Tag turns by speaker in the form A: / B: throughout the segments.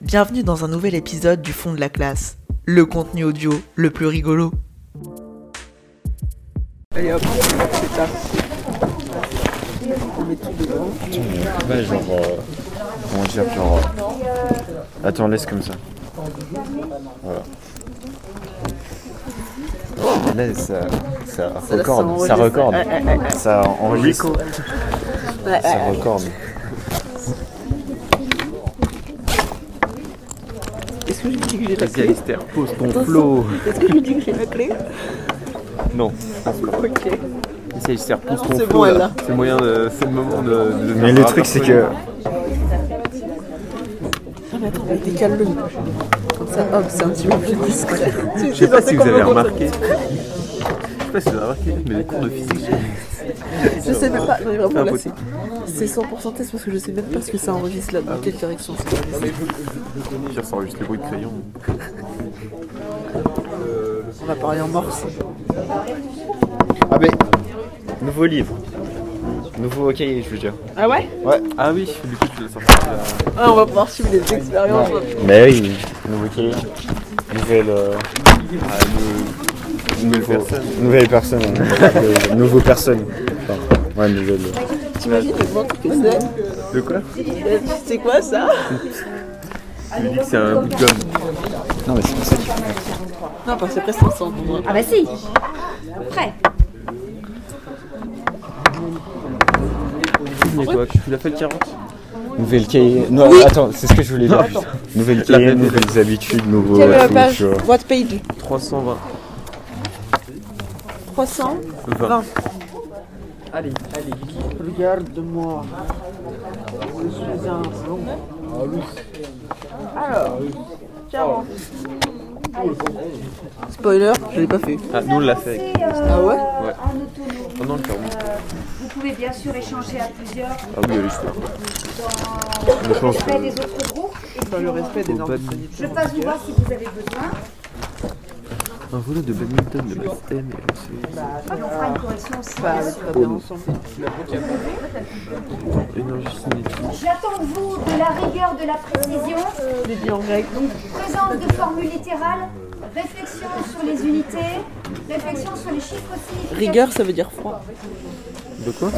A: Bienvenue dans un nouvel épisode du fond de la classe, le contenu audio le plus rigolo.
B: Allez hop, c'est ça. On met tout dedans.
C: Ouais, genre. euh, comment dire, genre. euh, Attends, laisse comme ça. Voilà. Là, ça, ça recorde, ça
B: s'enregistre.
C: recorde,
B: Ouais, ouais, ouais, ouais.
C: ça enregistre,
B: Ouais,
C: ça recorde.
B: Est-ce que je lui dis que j'ai la
C: Vas-y,
B: clé
C: Alistair, pose ton
B: Attention.
C: flow.
B: Est-ce que je lui dis que j'ai la clé
C: Non,
B: Ok.
C: vas-y, Alistair, pose
B: ton C'est bon, flow, elle là. l'a.
C: C'est moyen de. C'est le moment de.
D: Mais le truc, c'est que.
B: Non mais attends, mais décale-le. Comme ça, hop, c'est un petit peu plus discret. Je
C: Je sais pas si vous avez remarqué. Je sais pas si vous avez remarqué, mais les cours de physique,
B: Je sais même pas. Non, mais vraiment,
C: Un
B: là,
C: peu-
B: c'est c'est 100% test parce que je sais même pas ce que ça enregistre là, dans quelle direction ça enregistre.
C: j'ai ça enregistre le bruit de crayon.
B: On va parler en morse.
D: Ah, ben. Nouveau livre. Nouveau cahier, je veux dire.
B: Ah ouais
D: Ouais.
C: Ah oui, du coup, tu l'as sorti. là.
B: Ah, on va pouvoir suivre les expériences.
D: Mais oui. Nouveau cahier. Nouvelle. euh,
C: Ah, le- Nouvelle
D: nouveau-
C: personne.
D: Nouvelle personne. euh, nouveau personne. Enfin, ouais, nouvelle.
B: T'imagines le manque que c'est
C: De quoi
B: Eh, C'est quoi ça
C: Tu lui dis que c'est un bout de gomme.
D: Non, mais c'est pour ça qu'il
B: Non, parce que après, ça ensemble.
E: Ah bah si Après
C: Et toi, tu l'as fait le 40
D: Nouvelle cahier. Non, attends, c'est ce que je voulais dire. Nouvelle
C: La
D: cahier,
C: même
D: nouvelles habitudes, euh, nouveau.
B: Quelle
D: tout,
B: page
D: tu vois.
B: What page
C: 320.
B: 300
C: 20.
B: Regarde-moi. Je suis un blond. Alors, 40. Spoiler, je l'ai pas fait.
C: Ah, nous on l'a fait. avec-
B: Ah ouais
C: Ouais. Oh non, le 40.
E: euh, Vous pouvez bien sûr échanger à plusieurs
C: Ah oui, allez, je peux.
E: dans le respect des autres groupes. Et
B: Dans
E: puis,
B: le
E: on-
B: respect des normes
E: je
B: sanitaires.
E: passe vous voir si vous avez besoin.
C: Un volet de badminton de Bastem et
E: Et on fera une correction aussi.
B: Bah, ouais, pas bien ensemble.
C: l'énergie cinétique.
E: J'attends de vous de la rigueur, de la précision.
B: J'ai dit en grec.
E: Donc, présence de formules littérales, réflexion sur les unités, réflexion sur les chiffres aussi.
B: Rigueur, ça veut dire froid.
C: De quoi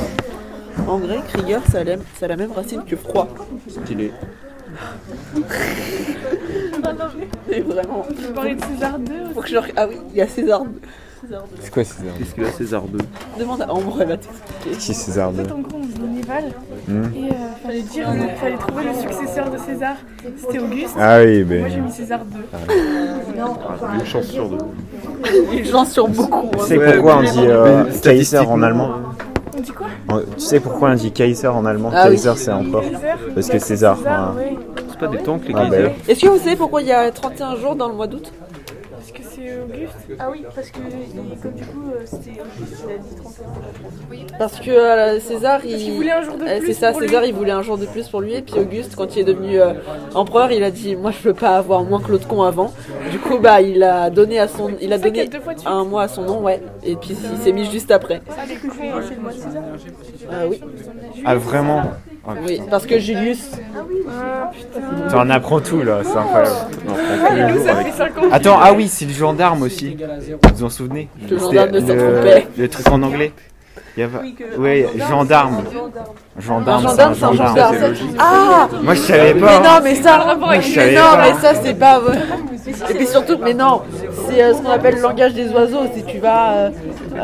B: En grec, rigueur, ça a la, ça a la même racine que froid.
C: Stylé.
B: C'est vraiment. Tu parlais de César II Faut que je... re- Ah oui, il y a César II.
D: C'est quoi César
C: Qu'est-ce que là, César 2
B: Demande à Ambre, elle va t'expliquer.
D: Qui César
F: fait, en gros, on faisait une éval
D: Hmm.
F: et euh, fallait dire, fallait trouver le successeur de César. C'était Auguste.
D: Ah oui,
F: Moi, j'ai
D: ben.
F: mis César II.
C: Une chance sur deux.
B: Les gens sur beaucoup. hein.
D: Tu sais pourquoi on
C: Ouais,
D: dit euh,
C: mais
D: Kaiser en
C: statistiquement,
D: allemand
F: On dit quoi
D: Euh, Tu sais pourquoi on dit Kaiser en allemand
B: Ah oui.
D: Kaiser, c'est empereur.
F: César bah,
D: Parce que César,
F: César,
D: hein.
F: ouais.
C: C'est pas des tanks, les
D: Ah,
C: geysers
B: Est-ce que vous savez pourquoi il y a 31 jours dans le mois d'août
F: Parce que c'est Auguste. Ah oui, parce que comme du coup, euh, c'était Auguste, il a dit Ah, 31.
B: Parce que euh, César, il...
F: Il voulait un jour de
B: Eh,
F: plus.
B: c'est ça,
F: pour lui.
B: César, il voulait un jour de plus pour lui. Et puis Auguste, quand il est devenu euh, empereur, il a dit Moi, je peux pas avoir moins que l'autre con avant. Du coup, bah, il a donné, à son, il a
F: C'est ça qu'il y a
B: donné
F: deux fois de suite.
B: un mois à son nom, ouais. Et puis il s'est mis juste après.
F: Ah, les coups, c'est le mois de César.
B: Ah oui,
D: Ah, vraiment Ah, putain.
B: oui, parce que Julius.
F: Ah putain.
D: T'en apprends tout là, c'est incroyable. Ah,
F: Auguste, ça fait 5 ans.
D: Attends, ah oui, c'est le gendarme aussi. Vous vous en souvenez
B: Le gendarme de
D: C'était
B: Saint-Tropez.
D: le, le truc en anglais. Il y avait... Ouais, gendarme. Gendarme,
B: Un
D: c'est un
B: gendarme, c'est un
D: gendarme.
B: gendarme. Ah
D: Moi je savais
B: Mais
D: pas. hein.
B: non, mais ça,
D: Moi, je
B: mais
D: savais
B: non,
D: pas.
B: mais ça, c'est pas vrai. Et puis surtout, mais non, c'est euh, ce qu'on appelle le langage des oiseaux. C'est tu vas, euh, euh,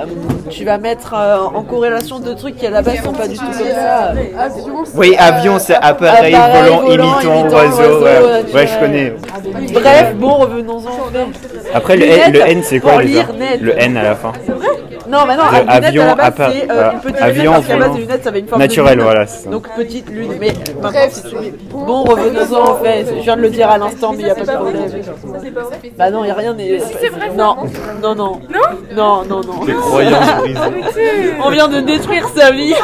B: tu vas mettre euh, en corrélation deux trucs qui à la base sont pas du tout comme ça.
F: Ah,
D: Oui, avion, c'est appareil,
B: euh, Appareil,
D: volant,
B: volant,
D: imitant,
B: imitant,
D: oiseau.
B: oiseau, euh, ouais,
D: Ouais,
B: tu
D: ouais je
B: vois.
D: connais.
B: Bref, bon, revenons-en. au fait.
D: Après, le,
B: Lunette,
D: N- le N, c'est quoi
B: pour
D: déjà
B: lire, net.
D: Le N à la fin.
B: Non, mais non,
D: Le
B: lunette,
D: Euh, avion,
B: à la base,
D: appa-
B: c'est euh,
D: voilà.
B: une petite
D: Avion,
B: lunette, parce qu'à la base,
D: volant.
B: les lunettes, ça avait une forme
D: Naturel,
B: de lune.
D: voilà. c'est ça.
B: Donc petite lune, mais maintenant, si tu veux. Bon, revenons-en en fait. Je viens de le dire à l'instant, mais il n'y a pas de problème. Bah non, il n'y a rien. Mais... non, non, non. Non, non,
D: bah.
B: non.
C: Les croyances brisées.
B: On vient de détruire sa vie.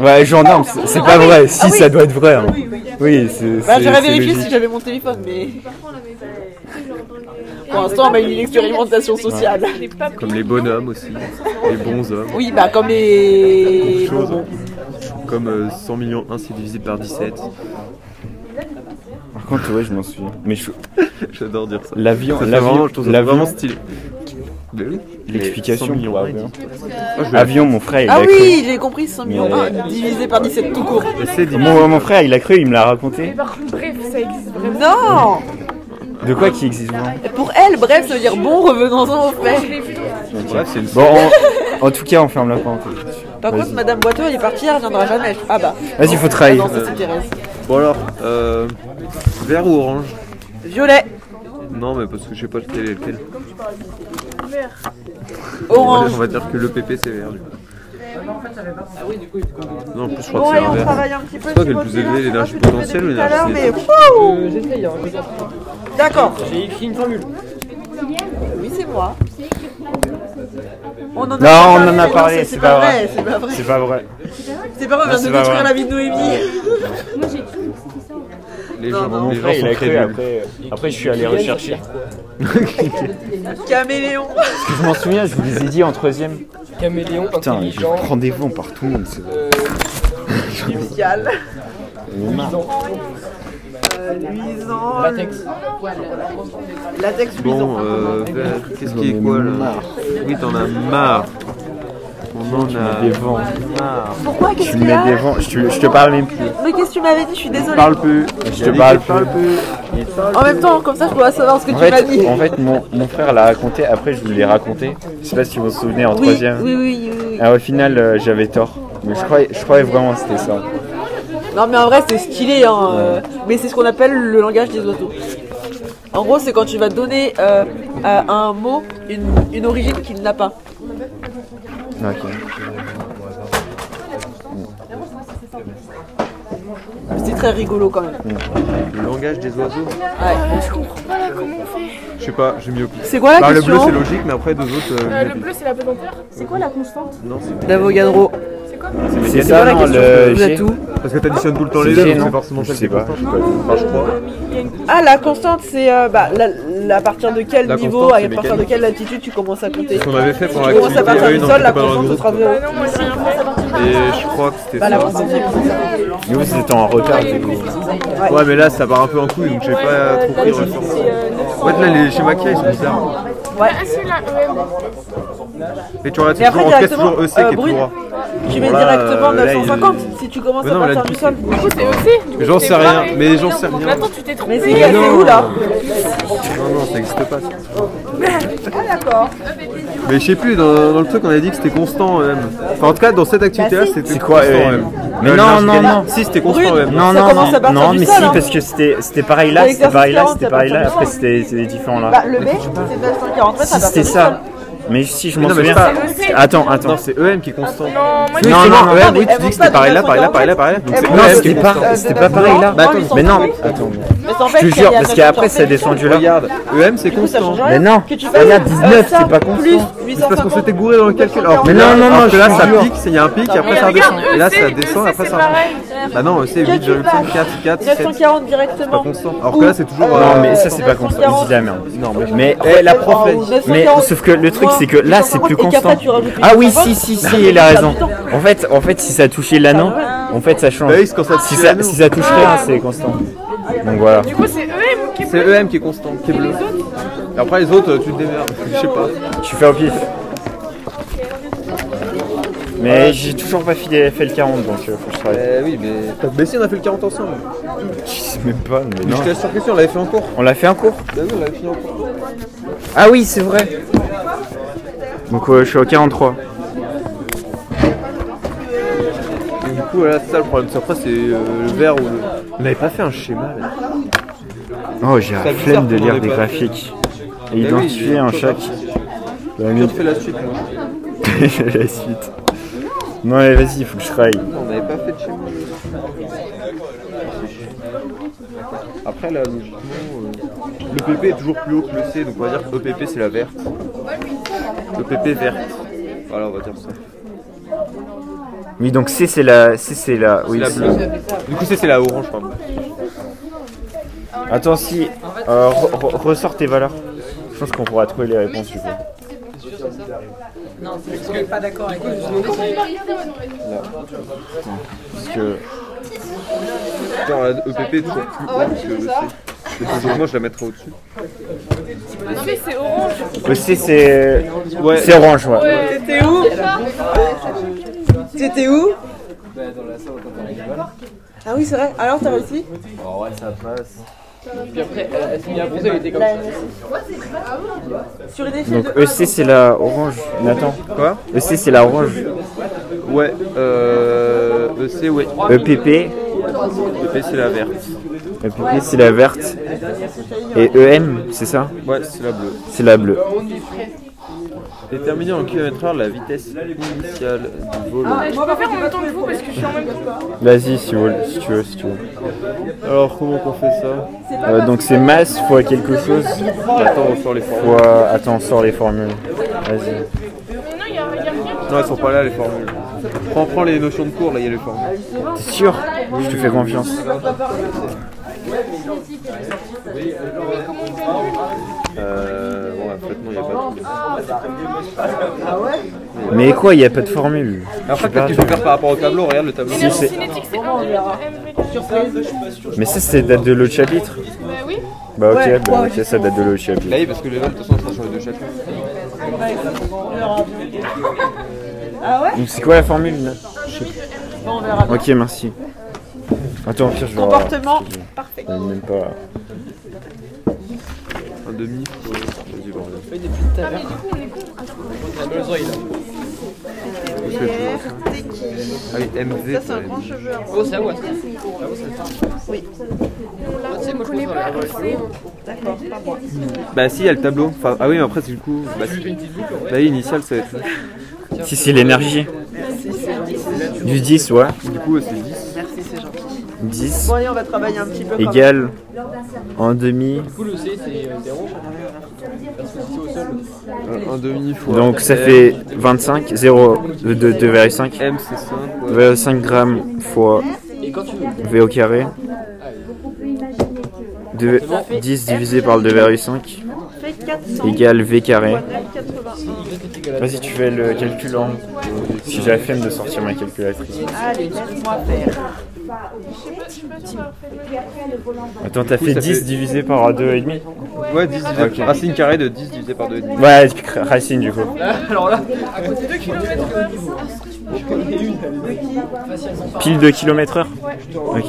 D: Ouais, gendarme, c'est c'est
B: Ah
D: pas vrai. Si, ça doit être vrai. hein. Oui, c'est.
B: Bah, j'aurais
D: c'est- c'est
B: vérifié
D: logique.
B: si j'avais mon téléphone, mais. Pour l'instant, on a une expérimentation sociale.
F: Les papes.
C: Comme les bonhommes aussi. Les bons hommes.
B: Oui, bah, comme les.
C: Chose. comme euh, 100 millions 1 c'est divisé par 17.
D: Par contre, ouais, je m'en souviens. Mais je-
C: J'adore dire ça.
D: l'avion,
C: Ça fait
D: l'avion,
C: vraiment, je trouve ça
D: l'avion,
C: vraiment stylé. Mais oui.
D: l'explication.
C: 100 millions
D: pour
C: 1 est
D: avion.
C: divisé. Ah, je vais-
D: Avion, mon frère, il
B: Ah
D: a
B: oui, j'ai compris, 100 millions
D: Mais-
B: un, divisé par 17 tout court.
D: cru.
C: C'est des-
D: Mon, mon frère, il a cru, il me l'a raconté.
F: Mais par contre, bref, ça existe vraiment.
B: Non
D: De quoi qui existe vraiment
B: Pour elle, bref, ça veut dire bon, revenons-en au fait.
C: Bref, c'est une
D: Bon, en, en tout cas, on ferme la parenthèse.
B: Par contre,
D: Vas-y.
B: Madame Boiteau, elle est partie, elle reviendra jamais. Ah bah.
D: Vas-y, faut
B: Ah
D: trahir.
B: non, ça c'est Thérèse.
C: Bon alors, euh, vert ou orange
B: Violet,
C: Non, mais parce que je sais pas lequel est lequel.
B: orange. Ah
C: On va dire que le PP c'est vert. Du coup. Non, en plus, je crois
B: Bon,
C: que c'est
B: allez,
C: un
B: on
C: vert.
B: travaille un petit peu.
C: C'est pas
B: sur
C: que le
B: votre
C: plus élevé,
B: bilan,
C: l'énergie
B: on va plus
C: potentielle ou
B: le faire
C: l'énergie
B: depuis tout à l'heure,
C: cinétique
B: mais wouh D'accord. J'ai écrit une formule. Oui, c'est moi. On en a
D: Non, on
B: pas
D: en a
B: mais
D: parlé,
B: non,
D: c'est pas vrai.
B: C'est pas vrai.
D: C'est pas vrai.
B: C'est pas vrai, on
D: Non,
B: vient
D: c'est
B: de
D: pas
B: détruire
D: vrai.
B: la vie de Noémie.
C: Les gens,
D: Mon
C: les gens
D: frère, il
C: sont
D: a cru.
C: crédules.
D: Après, euh, après, je suis allé rechercher.
B: Caméléon.
D: Je m'en souviens, je vous les ai dit en troisième.
G: Caméléon,
D: Putain, je
G: intelligent,
D: prends des vents par tout le monde. c'est-
G: euh,
B: Musical.
D: j'en ai marre.
B: Euh, luisant.
G: latex.
B: Latex luisant.
C: Bon, euh, vert, qu'est-ce qui est quoi là Oui, t'en as marre. On en a
D: Des vents.
C: marre.
B: Pourquoi Ah, Qu'est-ce
D: Tu
B: qu'il
D: me
B: y a
D: mets des vents. Je te, je te parle même plus.
B: Mais qu'est-ce que tu m'avais dit Je suis
D: Je te
B: désolée.
D: parle plus. Je te parle plus.
B: En même temps, comme ça, je pourrais savoir ce que
D: En
B: tu m'as
D: fait,
B: dit.
D: en fait mon, mon frère l'a raconté. Après, je vous l'ai raconté. Je sais pas si vous vous souvenez en
B: Oui,
D: troisième.
B: oui, oui, oui, oui.
D: Ah, au final, euh, j'avais tort. Mais je croyais, je croyais vraiment que c'était ça.
B: Non, mais en vrai, c'est stylé, hein. euh, Mais c'est ce qu'on appelle le langage des oiseaux. En gros, c'est quand tu vas donner euh, à un mot une, une origine qu'il n'a pas.
D: Ok.
B: C'est très rigolo quand même.
C: Le langage des oiseaux Je sais pas, j'ai mieux.
B: C'est quoi la
C: Bah, le bleu
B: question
C: c'est logique, mais après deux autres. euh,
F: Euh, le bleu, c'est la pesanteur. C'est quoi la constante
C: Non, c'est
B: d'Avogadro
D: C'est
B: C'est quoi
D: ça,
B: la
D: non,
B: question
D: le
B: Vous êtes
D: G.
B: où
C: Parce que t'additionnes tout le temps
D: C'est hein.
C: les
D: G,
C: deux, donc
D: non
C: c'est forcément
D: Je
C: celle
D: sais
C: qui
D: pas.
C: compte.
F: non,
C: je crois.
F: mais il y a une constante.
B: Ah, la constante, c'est euh, bah, la- la- à partir de quel
C: La
B: niveau,
C: constante,
B: à
C: c'est
B: partir de
C: mécanique.
B: quelle latitude tu commences à compter
C: Ce qu'on avait fait pour
B: Tu commences à
C: l'activité
B: partir du
C: une, on
B: sol, la
C: était pas dans le
B: constante, ce
C: groupe.
B: sera zéro.
F: Bah Non, moi, j'ai rien fait.
C: Et je crois que c'était
B: Bah, la
C: ça.
B: constante, c'est
D: Mais vous, c'était en retard, du coup.
C: Ouais, mais là ça part un peu en couille donc j'ai
F: Ouais,
C: pas
F: euh,
C: trop pris
F: la
C: de
F: latitude,
C: référence.
F: c'est euh, 900.
C: En fait, là, les schémas qu'il y a, ils sont bizarres.
F: Ah, c'est la EM.
C: Mais tu regardes,
B: Mais
C: c'est
B: après,
C: toujours, en fait, c'est
B: directement,
C: toujours EC qui
B: euh,
C: est plus
B: brune.
C: droit.
B: Tu mets
C: Bon, là,
B: directement
C: euh, là,
B: 950
C: il-
B: si tu commences
C: Mais
B: à
C: non, là,
B: partir
C: du
B: du
C: coup,
B: sol.
F: Du coup, c'est EC. du coup,
C: Mais j'en
F: c'est
C: sais rien,
F: pareil.
C: mais j'en sais rien.
F: Mais attends, tu t'es
B: Mais
F: trompé.
B: c'est c'est où là
C: Non, non, ça existe pas. Ah, d'accord. Mais je sais plus, dans, dans le truc, on avait dit que c'était constant EM. Enfin, en tout cas, dans cette activité-là, c'était
D: C'est quoi,
C: constant
D: EM? Mais
C: Euh,
D: non,
C: l'énergie
D: non,
C: mécanique.
D: non.
C: Si, c'était constant
B: Brune.
C: EM.
D: Non,
B: Ça
D: non,
B: commence à
D: non,
B: partir
D: non,
B: du
D: mais
B: sol,
D: si,
B: hein.
D: parce que c'était c'était pareil là,
B: C'est
D: c'était pareil là,
B: l'exercice
D: c'était
B: quarante,
D: pareil
B: c'est à
D: là,
B: partir
D: après
B: du
D: c'était c'était différent là.
B: Bah, le B, c'est 940
D: Si c'était ça. Mais si, je m'en
C: Non, mais
D: souviens.
C: c'est
D: Attends, attends.
C: Non, c'est EM qui est constant.
F: Non, moi,
D: Non, non, non,
C: EM,
B: mais
C: oui,
B: elles vont
C: tu dis que
B: pas
C: c'était pareil là, pareil là,
B: de
C: pareil là, pareil là.
B: Elles
C: Donc c'est
B: vont
D: Non,
B: pas
C: EM qui
D: c'était
C: est constant.
D: pas, c'était pas pareil là.
C: Bah, attends,
D: mais non,
B: attends.
D: Je te jure, parce qu'après c'est descendu là.
C: Regarde, EM c'est
B: Ça
C: constant.
B: change rien.
D: Mais non,
B: que tu fasses,
D: regarde,
B: euh,
D: 19,
B: ça,
D: c'est pas constant.
B: Plus
C: C'est parce qu'on
B: 850.
C: s'était gouré dans le calcul. Alors,
D: Mais non, non, non,
C: alors que
D: je
C: là
D: te
C: ça
D: jure.
C: pique, il y a un pic, et après
B: Mais
C: ça
F: Regarde, E,
C: descend. Et là
F: EC,
C: ça descend, et après
F: c'est
C: ça remonte.
F: pareil.
C: Bah non, c'est 8,544,
B: 940 directement.
C: constant. Alors que là, c'est toujours. euh,
D: Non, mais ça c'est pas constant,
B: Euh,
D: je dis de la merde.
C: Non, mais.
D: Mais
C: Eh, la prof,
B: Enfin,
C: elle-
B: ou
D: Mais
B: 940,
D: sauf que le truc
B: moins
D: c'est que là c'est
B: 850,
D: plus
B: et qu'après,
D: constant.
B: tu rajoutes
D: Ah oui
B: 850.
D: si si si il a raison. En fait en fait si ça touchait l'anneau, en fait ça change.
C: Bah oui, c'est quand ça
D: Si
C: touche
D: ça
C: l'anneau.
D: si ça touche rien
B: Ah.
D: c'est constant. Donc voilà.
F: Du coup, c'est EM qui est
C: C'est EM qui est constant, qui est bleu. Et après, les autres, tu te démerdes. Je sais pas.
D: Tu fais au pif. Mais j'ai toujours pas fait le 40 donc euh, faut que je travaille.
C: Euh, oui, mais. Mais si, on a fait le 40 ensemble.
D: Je sais même pas mais
C: Mais
D: non.
C: je t'assure que si, on l'avait fait en cours.
D: On l'a fait un cours
C: Bah oui, on l'avait fini en cours.
D: Ah oui c'est vrai. Donc euh, je suis au 43.
C: Et du coup, voilà, c'est ça le problème. C'est Après, c'est euh, le vert ou le. On n'avait pas fait un schéma là.
D: Oh j'ai la
C: C'est
D: flemme
C: bizarre
D: de
C: qu'on
D: lire
C: ait
D: des
C: pas fait.
D: graphiques. Et
C: Eh oui,
D: identifier
C: j'ai-
D: un chaque. Bah,
C: J'ai fait la suite, moi.
D: la suite. Non mais vas-y faut que je travaille.
C: On n'avait pas fait de schéma. Après, là, logiquement, euh, le PP est toujours plus haut que le C, donc on va dire que EPP c'est la verte. EPP verte. Voilà, on va dire ça.
D: Oui, donc C c'est la. C c'est la. Oui,
C: la
D: c'est-
C: bleue. Du coup, C c'est la orange, pardon.
D: Attends, si. euh, re- re- ressort tes valeurs. Je pense qu'on pourra trouver les réponses du coup.
C: Parce que. Putain, la E EPP est toujours plus haute que le C. Et donc, moi, je la mettrais au-dessus.
F: Non, mais c'est orange.
D: Le C, c'est
C: Ouais,
D: c'est orange, ouais.
B: T'étais où T'étais où Ah oui, c'est vrai. Alors, t'as réussi
H: ouais, ça passe.
B: Sur une échelle
D: Donc
B: de 1
D: EC, c'est la orange, Nathan.
C: Quoi
D: EC, c'est la orange. E
C: Ouais, euh. EC, ouais.
D: E EPP,
C: EPP, c'est la verte.
D: EPP, E c'est la verte. Et EM, c'est ça
C: Ouais, c'est la bleue.
D: C'est la bleue.
C: Déterminer en km/h la vitesse initiale du vol.
F: Je peux faire en même temps que vous parce que je suis en même temps.
D: Vas-y, si, tu veux- si tu veux, si tu veux.
C: Alors, comment qu'on fait ça
D: Euh, donc c'est masse fois quelque chose
C: Attends, on sort les formules.
D: fois... Attends, sors les formules. Vas-y.
F: Mais non, il y a il y a rien.
C: Non, elles sont pas là, les formules. Prends, prends les notions de cours, là, il y a les formules.
D: T'es sûr Je te fais confiance.
C: Euh. Ouais, complètement, il n'y a pas de.
D: Mais quoi, il n'y a pas de formule
C: Après, peut-être que je peux faire par rapport au tableau, regarde le tableau.
F: L'énergie
D: c'est-
F: cinétique, c'est 1
D: Mais ça, c'est date de l'autre chapitre
F: Bah oui.
D: Bah ok, bah ok, ça date de l'autre
C: Bah
D: chapitre.
C: oui, parce que les vols, de toute façon, ça change de chapitre.
D: Donc c'est quoi la formule là Ok, merci. Attends, au pire, je vais... avoir-
B: comportement.
D: je vais Même pas...
C: Un demi. ouais. Vas-y, bon, regarde. Ah oui, MV.
B: Ça, c'est un grand cheveu.
C: Bah si, il y a le tableau. Enfin, ah oui, mais après, c'est du coup. Bah, si. Bah oui, initial, ça va être ça.
D: Si c'est l'énergie Du 10, ouais.
C: Du coup, c'est 10.
D: 10
B: Bon, allez, on va travailler un petit peu. quand même.
D: égale en demi.
C: Un demi fois.
D: Donc ça
C: M.
D: fait 25, 0, 2,5.
C: M, c'est 5. Ouais.
D: 25 grammes fois V au carré. De- 10 divisé par le 2,5
B: Fait 400.
D: égale V carré.
B: 81.
D: Vas-y, tu fais le calcul en. Si j'ai la flemme de sortir ma calculatrice.
B: Allez, laisse-moi faire.
D: Attends, t'as fait
C: ça
D: 10
C: fait-
D: divisé par 2,5
C: Ouais, 10 divisé
D: Ok.
C: Racine carrée de 10 divisé par 2,5.
D: Ouais, tu cr- racine du coup. Pile 2 km heure Ok.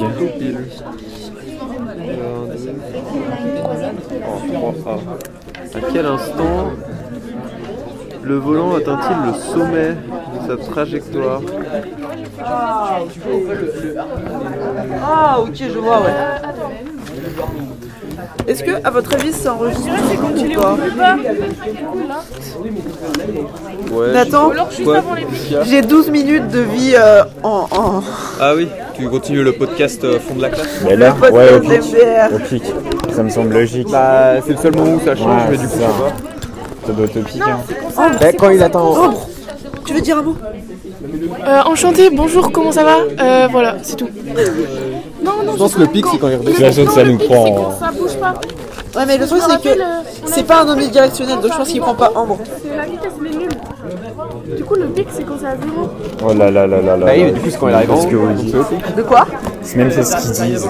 C: À quel instant le volant atteint-il le sommet de sa trajectoire
B: Ah, ok, je vois, ouais. Est-ce que, à votre avis, ça enregistre ou pas
C: Ouais.
B: Nathan,
C: Quoi
B: j'ai 12 minutes de vie euh, en, en
C: Ah oui, tu continues le podcast euh, fond de la classe
D: Mais là, ouais, au
B: podcast
D: pic.
B: MDR.
D: Au pic. Ça me semble logique.
C: Bah, c'est le seul moment où ça change,
D: Ouais,
C: mais du coup,
D: c'est
C: ça
D: ça.
C: va.
D: Ça doit être au pic, hein.
B: Ah,
I: quand il attend.
B: Oh, Tu veux dire un mot
F: Euh, enchanté, bonjour, comment ça va Euh, Voilà, c'est tout. Non, non,
I: Je pense que le pic, c'est quand il redescend.
F: Non,
D: ça nous
F: le pic,
D: prend
F: c'est
D: en-
C: hein.
F: quand Ça bouge pas.
B: Ouais, mais le truc, c'est que c'est pas un omnidirectionnel, donc je pense qu'il prend pas en bon.
F: La vitesse, elle est nulle. Du coup, le pic, c'est quand ça à zéro.
D: Oh là là là là là.
C: Bah oui, mais du coup, c'est quand il arrive en
D: Parce que
C: haut, euh,
D: vous
C: on
D: dites.
C: fait au pic.
B: De quoi
D: C'est même c'est ce qu'ils disent.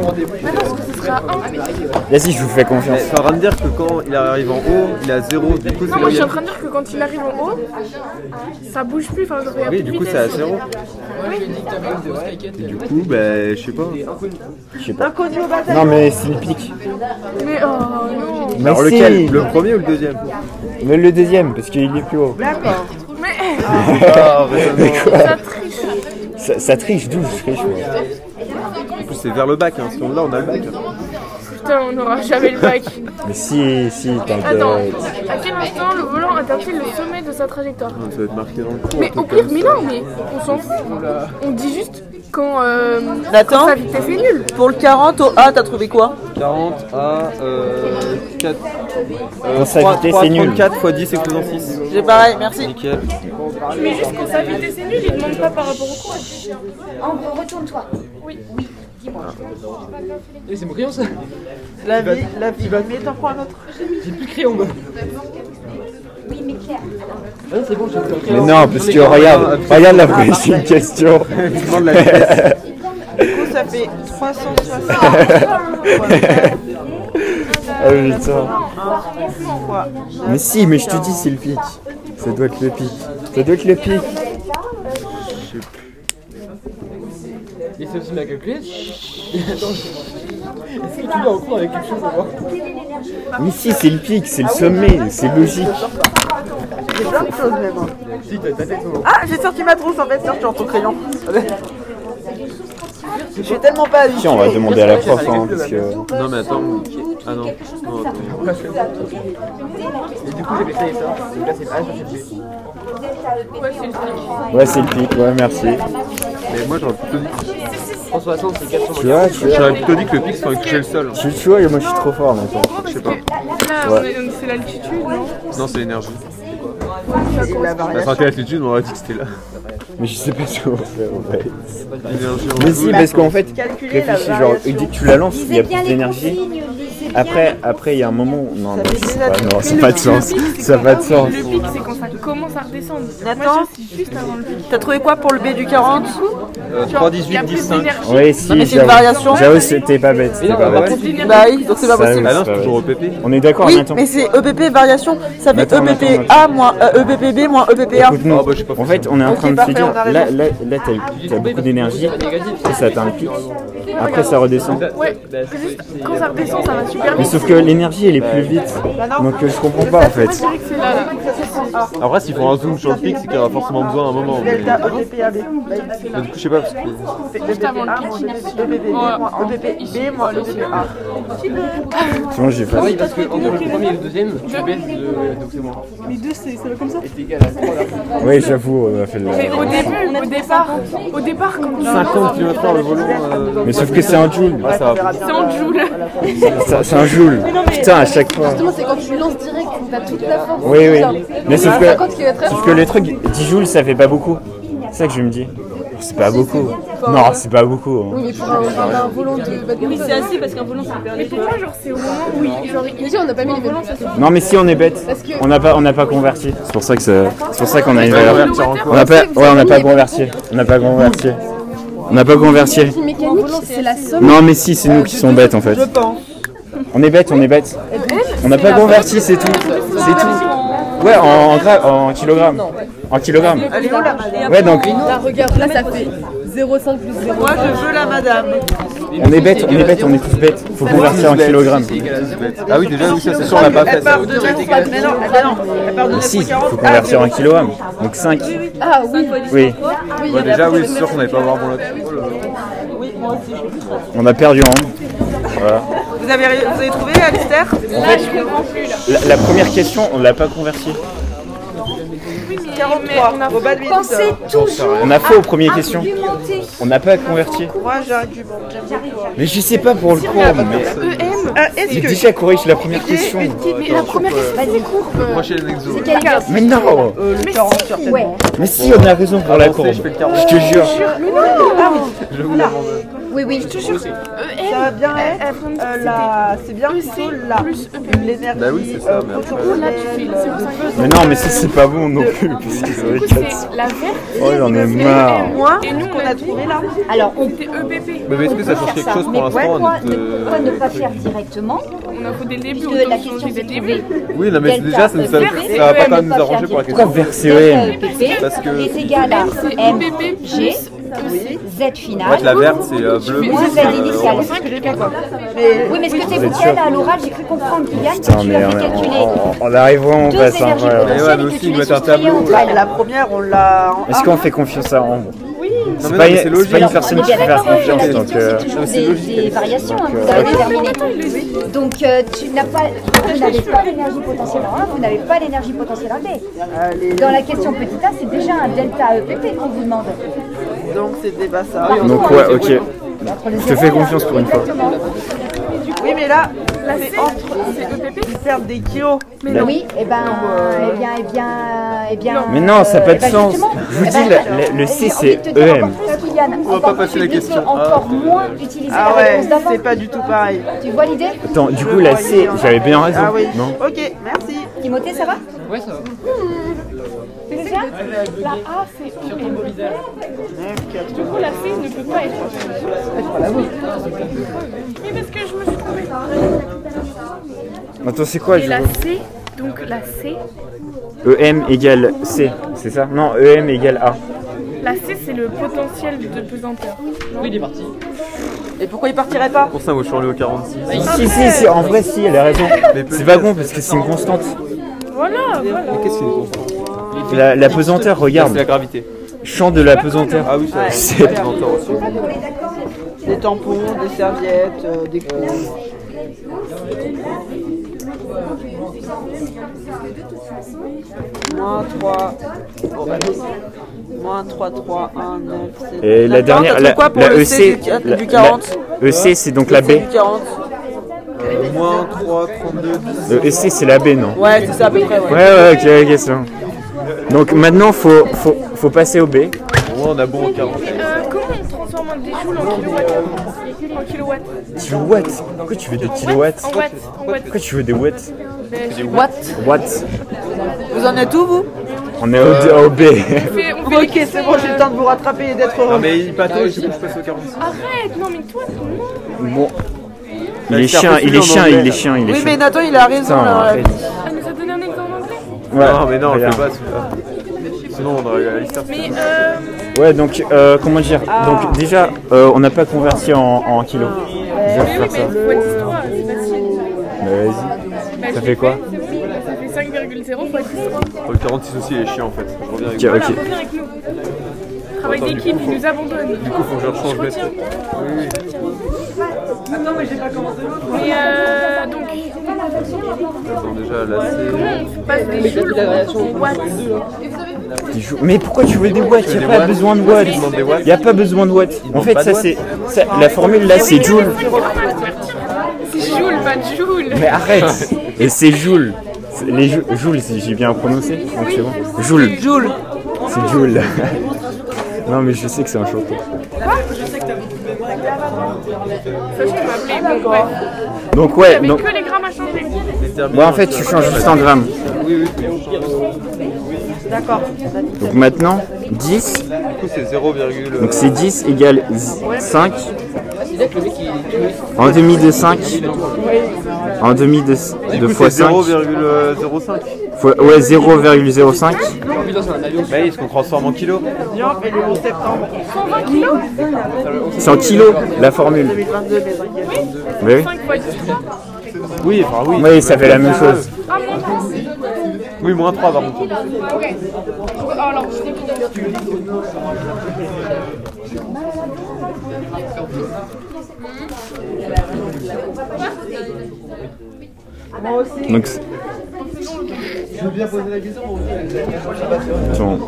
F: Ce sera un.
D: Vas-y, je vous fais
C: Mais
D: confiance.
C: Ça va me dire que quand il arrive en haut, il a 0, du coup, c'est
F: Non, Ah, moi,
C: là où
F: je
C: il y
F: suis
C: a-
F: en train de dire que quand il arrive en haut, ça bouge plus. Enfin, genre, il y a
C: Oui,
F: plus
C: du
F: de
C: coup, c'est à
F: vitesse.
C: 0. Et du coup, bah, je sais pas.
B: Inconnu au bataillon.
D: Non, mais c'est le pic.
F: Mais oh non.
D: Mais
C: Alors,
D: si.
C: lequel Le premier ou le deuxième
D: Mais le deuxième, parce qu'il est plus haut.
C: Ah, raisonnable.
D: Ça, ça triche, d'où je triche. moi.
C: En plus, c'est vers le bac, hein. ce moment-là, on a le bac.
F: Putain, on n'aura jamais le bac.
D: Mais si, si,
F: Attends,
D: t'inquiète.
F: à quel instant le volant atteint-il le sommet de sa trajectoire
C: Ça va être marqué dans le cours.
F: Mais au pire, mais non, mais on s'en fout. On dit juste quand, euh,
B: Nathan,
F: quand sa vitesse est nulle.
B: pour le 40 au A, Ah, t'as trouvé quoi
C: 40 à euh, 4.
D: Dans sa vitesse, c'est nul.
C: 4 fois 10 exposant 6.
B: J'ai pareil, merci.
C: Nickel.
F: Mais juste quand sa vitesse est nulle, il demande pas par rapport au cours.
E: Ambre, retourne-toi.
J: Eh, c'est mon crayon ça
B: La vie, la vie. Mais t'en prends un autre.
J: J'ai plus de crayon moi.
E: Oui, mais Claire,
J: Ah non, c'est bon, j'ai plus de
D: Mais
J: crayon.
D: non, parce que regarde, regarde la prochaine question.
B: Du coup, ça fait 360
D: Ah putain.
B: fois.
D: Mais si, mais je te dis, c'est le pic. Ça doit être le pic. Ça doit être le pic.
J: Et c'est aussi ma calculette. Attends. Est-ce que tu vas en cours avec quelque chose à voir
D: Mais si, c'est le pic, c'est le sommet, c'est logique.
B: J'ai plein de choses, même.
J: Si, t'as ta tête au
B: Ah, j'ai sorti ma trousse en fait, sur ton crayon. Je suis tellement pas habituée.
D: Tiens, on va demander à la prof, hein, parce que...
C: Non, mais attends. Ah non.
J: Et du coup, j'ai essayé ça. Donc là, c'est pas, j'ai fait.
D: Ouais, c'est le pic, ouais, merci.
C: Mais moi, j'aurais plutôt dit.
J: 360, c'est 400.
D: Tu vois, tu vois,
C: J'aurais plutôt dit que le pic, c'est un cul le sol.
D: tu, tu vois, moi je suis trop fort maintenant.
C: Je sais pas.
F: Là, on est- donc c'est l'altitude, non
C: Non, c'est l'énergie.
B: Et la
C: Bah,
B: variation.
C: sans quelle altitude, on aurait dit que c'était là.
D: Mais je sais pas ce qu'on va faire, en fait.
C: L'énergie en
D: Mais si,
C: boule.
D: parce qu'en fait,
B: Calculer la
D: réfléchis, genre,
B: variation.
D: dès que tu la lances, il y
E: lisez
D: a
E: bien
D: plus
E: les
D: d'énergie.
E: consignes, lisez bien
D: Après,
E: les-
D: après, il y a un moment. Non, non,
B: fait
D: je sais
B: déjà
D: pas,
B: du
D: non,
B: pic.
D: Ah, ça n'a pas de sens. Ça n'a pas de sens.
F: Le pic, c'est quand ça commence à redescendre.
B: Nathan,
F: Moi, je suis juste avant le pic.
B: T'as trouvé quoi pour le B du 40
C: Euh,
F: Genre,
C: 3,
F: il y a
C: 18,
F: plus
C: 10, 5.
F: d'énergie.
D: Ouais,
B: Non, mais
D: si,
B: c'est une
D: j'avoue,
B: variation.
D: j'avoue, c'était pas bête, c'était
J: non,
D: pas
J: bah,
D: bête.
J: c'est une-
B: Bah oui, donc c'est pas
D: Ça,
B: possible.
C: Ah non, c'est
D: Ouais.
C: toujours au PP.
D: On est d'accord,
B: Oui,
D: Nathan
B: mais c'est EBP variation, ça fait E
D: Attends, attends,
B: EBPA
D: attends.
B: moins euh, EBPB moins EBPA.
D: Écoute-nous.
C: Ah, bah, j'ai pas fait
D: en fait, on est en
B: Ok,
D: train de se
B: parfait,
D: dire,
B: on a raison.
D: là, là, là t'as eu- t'as beaucoup d'énergie, et ça atteint le pic, après ça redescend.
F: Ouais, juste quand ça redescend, ça va super
D: Mais
F: vite.
D: sauf que l'énergie, elle est plus vite,
B: Bah
D: donc euh, je comprends pas en fait.
F: Je dirais que c'est là, là.
C: En vrai, s'ils font un zoom sur le pic, c'est qu'il y en a forcément besoin à un moment. Mais
B: Delta E EBPAB.
C: mais du coup, je sais pas, parce que.
F: Juste avant le pic.
B: EBPB moins EBPB moins EBPA.
D: Sinon, j'ai
J: Ah
D: pas.
J: oui, parce que entre le premier et le deuxième, tu baisses de. Donc c'est moi.
F: Les deux, c'est ça va comme ça.
J: Et t'es égal à 3 là.
D: Ouais, j'avoue, on a fait le.
F: Mais au début, au départ, au départ, quand tu
C: 50 km h le volant. euh,
D: Mais sauf que c'est un joule.
C: Ah, ça va.
F: c'est en joule,
D: Ça- C'est un joule. Putain, à chaque fois.
K: c'est quand tu lances direct, t'as toute la force.
D: Oui, oui. Mais sauf que,
K: 50 km/h.
D: sauf que le truc, 10 joules, ça fait pas beaucoup. C'est ça que je me dis. C'est pas beaucoup. Non, c'est pas beaucoup. hein.
K: Mais pour un, un- un volant de badminton. Oui, c'est assez parce qu'un volant, ça
F: mais pour moi, genre, c'est au moment où il- genre, il-
K: Déjà, on n'a pas mis les volants, ça
D: Non, mais si on est bête,
K: que-
D: on n'a pas, on n'a pas converti. C'est pour ça que ça- c'est pour ça qu'on a une valeur.
C: Regarde, ça rend
D: On n'a pas, ouais, on n'a pas converti. On n'a pas converti. On n'a pas converti.
K: mécanique, c'est la somme.
D: Non, mais si, c'est nous qui sommes bêtes en fait.
B: Euh, Je pense.
D: On est bêtes, on est bêtes. On n'a pas converti, c'est tout. C'est tout. Ouais, en, en, gra- en kilogrammes. En kilogrammes.
B: Elle est où la madame
D: Ouais, donc
K: Là, regarde, là, ça fait 0,5 plus 0.
B: Moi je veux la madame.
D: on est bêtes, on est bêtes, on est tous bêtes. Faut convertir en kilogrammes.
J: C'est égal à 0.
C: Ah oui, déjà, oui, ça, c'est sûr, on l'a pas fait.
B: Elle
C: ça.
B: part de 940. Mais non, elle- bah non, elle part de
D: Si, faut
B: 940.
D: convertir en kilogrammes. Donc 5.
K: Ah oui,
D: Oui,
C: Ouais, déjà, oui, c'est sûr qu'on n'allait pas avoir bon là-dessus.
D: on a perdu en. Voilà.
B: Vous avez, vous avez trouvé Alistair
D: La, la première question, on l'a pas convertie.
B: Au badminton.
E: Pensez toujours
D: On a fait aux premières questions.
E: argumenter.
D: On n'a pas converti.
B: Moi j'argumente, j'aime bien pouvoir.
D: Mais je sais pas pour le cours, mais.
F: EM,
B: Ah, Est-ce
D: J'ai
B: que
D: déjà corrige la première question.
F: mais la première question, c'est les courbes.
C: Prochaine exo.
E: Quel exercice
D: Mais non
B: euh, le 40 sur tête
E: Ouais.
D: Mais si, on a raison pour la courbe.
C: je fais le carreau.
D: Je te jure.
E: Oui, oui.
B: Ça va bien être euh, la... C'est bien plutôt là. L'énergie
C: Bah oui, c'est ça, mais après-
B: potentielle
F: C'est
B: euh,
F: pour ça que
D: Mais non, mais ça, c'est pas bon non plus. parce que ça va être quatre.
F: c'est la verte.
D: Oh, j'en ai marre.
B: moins que ce qu'on a trouvé là.
E: Alors, on
F: C'était E EPP.
C: Mais est-ce que ça change
E: faire
C: quelque
E: ça.
C: chose
E: Mais
C: pour l'instant
E: pourquoi
C: notre,
E: ne-
C: euh,
E: pourquoi ne pas faire directement
F: On a fait dès le début.
E: Puisque la
F: on a
E: question
F: changé dès
E: c'est
F: le
E: trouver.
F: début.
C: Oui, non, mais
E: Delta,
C: déjà, ça, nous- ça,
E: EPP,
C: ça va pas quand même
E: ne
C: nous arranger pour la
E: faire
C: question.
D: Pourquoi verser
E: Delta
D: EM
E: EPP
C: Parce que-
E: est égal à
F: C'est E
E: M,
F: EPP
E: G,
F: plus
C: En
E: Z
C: fait, la
E: finale,
C: verte, c'est euh, bleu.
E: moins Z
C: euh,
E: initiale.
C: orange.
E: Oui, mais ce que tes
D: êtes
E: bouquins
D: sûr
E: là à l'oral, j'ai cru comprendre, Liliane, que
D: Putain,
E: tu
D: mais
E: l'avais
D: on,
E: calculé.
D: on- on hein, arrive vraiment
E: Deux
D: pas à ça.
E: énergies
D: ouais, ouais.
C: ouais, mais
E: potentielles
C: aussi,
E: que tu
C: ils
E: les
C: mettent un
E: soustrayais
C: tableau.
E: entre elles.
B: La première, on l'a en
D: Est-ce qu'on fait confiance à Ambre
C: Non,
D: C'est
C: mais
D: pas,
C: non, mais
D: c'est
C: c'est
D: pas
C: logique.
D: une personne
E: On
D: qui
E: est
D: peut
E: bien
D: faire
E: d'accord, mais
D: confiance,
E: la
D: donc...
E: question c'est
D: euh,
E: toujours des, des variations, hein, vous avez déterminé. Donc euh, tu n'as pas, vous n'avez pas l'énergie potentielle en 1, vous n'avez pas l'énergie potentielle en D. Dans la question petit a, c'est déjà un delta EPP qu'on vous demande.
B: Donc
D: euh,
B: c'était pas ça.
D: Donc ouais, ok. Je te fais confiance pour une fois.
E: Exactement.
B: Oui, mais là,
F: La
B: c'est
F: C,
B: entre.
F: c'est EPP
B: Ils perdent des kilos. euh,
E: Mais
D: non.
E: Oui, et ben, eh bien, eh bien, eh bien.
D: Mais non, ça n'a pas
E: eh
D: de
E: ben,
D: sens.
E: justement,
D: Je vous
E: eh
D: dis,
E: ben,
D: la- la- le
E: j'ai
D: C,
E: envie de
D: c'est E
E: te dire
D: EM.
E: encore plus, Kylian,
C: va
E: encore
C: pas passer
E: plus
C: la
E: de
C: question.
E: ce, encore
C: Ah,
E: moins utiliser
B: Ah
E: la
B: ouais,
E: réponse d'avant.
B: c'est pas du tout pareil.
E: Tu vois l'idée
D: Attends, du coup, la C, j'avais bien raison.
B: Ah oui.
D: Non
B: Ok, merci.
E: Timothée, ça va
J: Ouais, ça va.
E: Plaisir
F: La A, c'est EPP. Du coup, la C ne peut pas être. Mais parce que je me suis trompée.
D: Attends, c'est quoi
F: Et
D: je...
F: la C, donc la C,
D: EM égale C, c'est ça Non, EM égale A.
F: la C c'est le potentiel de pesanteur.
J: Oui, il est parti.
B: Et pourquoi ils partiraient pas
C: Pour ça, moi, je suis enlevé au 46.
D: Si, si, si, en vrai, si, elle a raison.
C: Mais peut-
D: C'est pas bon parce que c'est une constante.
F: Voilà, voilà.
C: Qu'est-ce qu'il est
D: La, la pesanteur,
C: C'est la
D: regarde.
C: gravité.
D: Champ de la pesanteur.
C: Ah oui, ça.
D: C'est-
C: Ah, j'entends aussi.
B: Des tampons, des serviettes, euh, des coups. Moins 3. Moins 3, 3, 1, 9, 7.
D: Et la dernière, la,
B: quoi pour
D: la
B: le C
D: EC,
B: du,
D: la-
B: du 40
D: la- EC, c'est donc la B.
B: Le C du 40.
C: Euh, Moins 3, 32, 10.
D: Le EC, c'est la B, non
B: Ouais, c'est ça à peu près, ouais.
D: Ouais, ouais, ok, ok, c'est bon. Donc maintenant, faut, faut, faut passer au B.
C: Ouais, on a bon au 40.
F: Mais euh, comment on transforme un déjoule en kilowatts En kilowatts.
D: Kilowatts Pourquoi tu veux des kilowatts
F: En watts. En watts.
D: Pourquoi tu veux des watts
F: Ben, je-
B: What
D: Watts
B: Vous en êtes où, vous
D: On est au, au B.
C: Euh,
F: on fait- on fait les
B: Ok, c'est bon, j'ai le temps de vous rattraper et d'être
C: Non,
B: heureux.
C: mais il patauge, du coup, je passe au 46.
F: Arrête, non mais toi, non.
D: Bon. Il est chiant, il est chiant, il est chiant, il est
B: Oui,
D: chiant.
B: mais Nathan, il a raison,
D: Putain,
B: là.
D: arrête.
F: Ah, mais ça donne un exemple anglais.
D: Ouais,
C: Non, mais non, on le
D: regarde.
C: fait pas celui-là. Sinon, on aurait eu la liste.
F: Mais euh,
D: Ouais, donc euh, comment dire
F: Ah.
D: Donc déjà, euh, on n'a pas converti en, en kilos. Je vais
F: mais Ah. oui,
D: refaire ça.
F: mais fois 10 3, c'est facile.
D: Mais vas-y.
F: Bah, je
D: fait
F: l'ai
D: quoi
F: c'est bon. Ben, Ça fait 5,0 fois 10 3.
C: Le 46 aussi, il est chiant en fait. Je reviens avec
D: Ok,
F: Voilà,
D: ok.
F: reviens avec nous. Travail
C: Attends, du
F: d'équipe,
C: coup,
F: il nous abandonne.
C: Du coup, faut que je rechange
F: Je
C: mes
F: retiens. Mais euh, donc,
C: Attends, déjà, là,
F: comment
C: c'est.
F: on passe des joules en watts
D: Des jou- Mais pourquoi tu veux des watts Il
C: des
D: n'y a pas
C: watts
D: besoin de
C: Ils demandent des
D: watts.
C: watts.
D: Il n'y a pas besoin de watts.
C: Ils
D: En
C: demandent
D: fait,
C: pas
D: ça
C: de Ah,
D: c'est ça- la formule là, c'est joule.
F: C'est joule, pas de joule.
D: Mais arrête.
C: Ah.
D: Et c'est joule. C'est- Les jou- joule, si j'ai bien prononcé. Donc c'est bon. Joule.
B: Joule.
D: C'est joule. Non mais je sais que c'est un champion.
F: Ça, je peux m'appeler. Bon, bref.
D: Donc ouais,
F: Ah, Mais
D: donc
F: que les grammes à changer.
D: moi en fait, tu changes juste en grammes.
C: Oui, oui, oui.
B: D'accord.
D: Donc maintenant, 10,
C: Du coup, c'est 0,
D: donc c'est 10 égale 5. En demi de 5. En demi de,
C: euh,
D: de fois Bah 5.
C: 0,05.
D: Fois- ouais, 0,05.
J: Oh putain, c'est un avion.
C: Mais est-ce qu'on transforme en kilos
B: Viens, on fait le 11 septembre
D: C'est en kilos, la formule.
B: 2022, mais t'inquiète.
D: Mais oui.
F: 5 fois 10 3.
C: Oui, enfin oui.
D: Oui, ça fait la même chose.
F: Ah, mon Dieu.
C: Oui, moins 3 par contre.
F: Ok. Alors, je t'ai mis
D: Donc. c'est- Attends.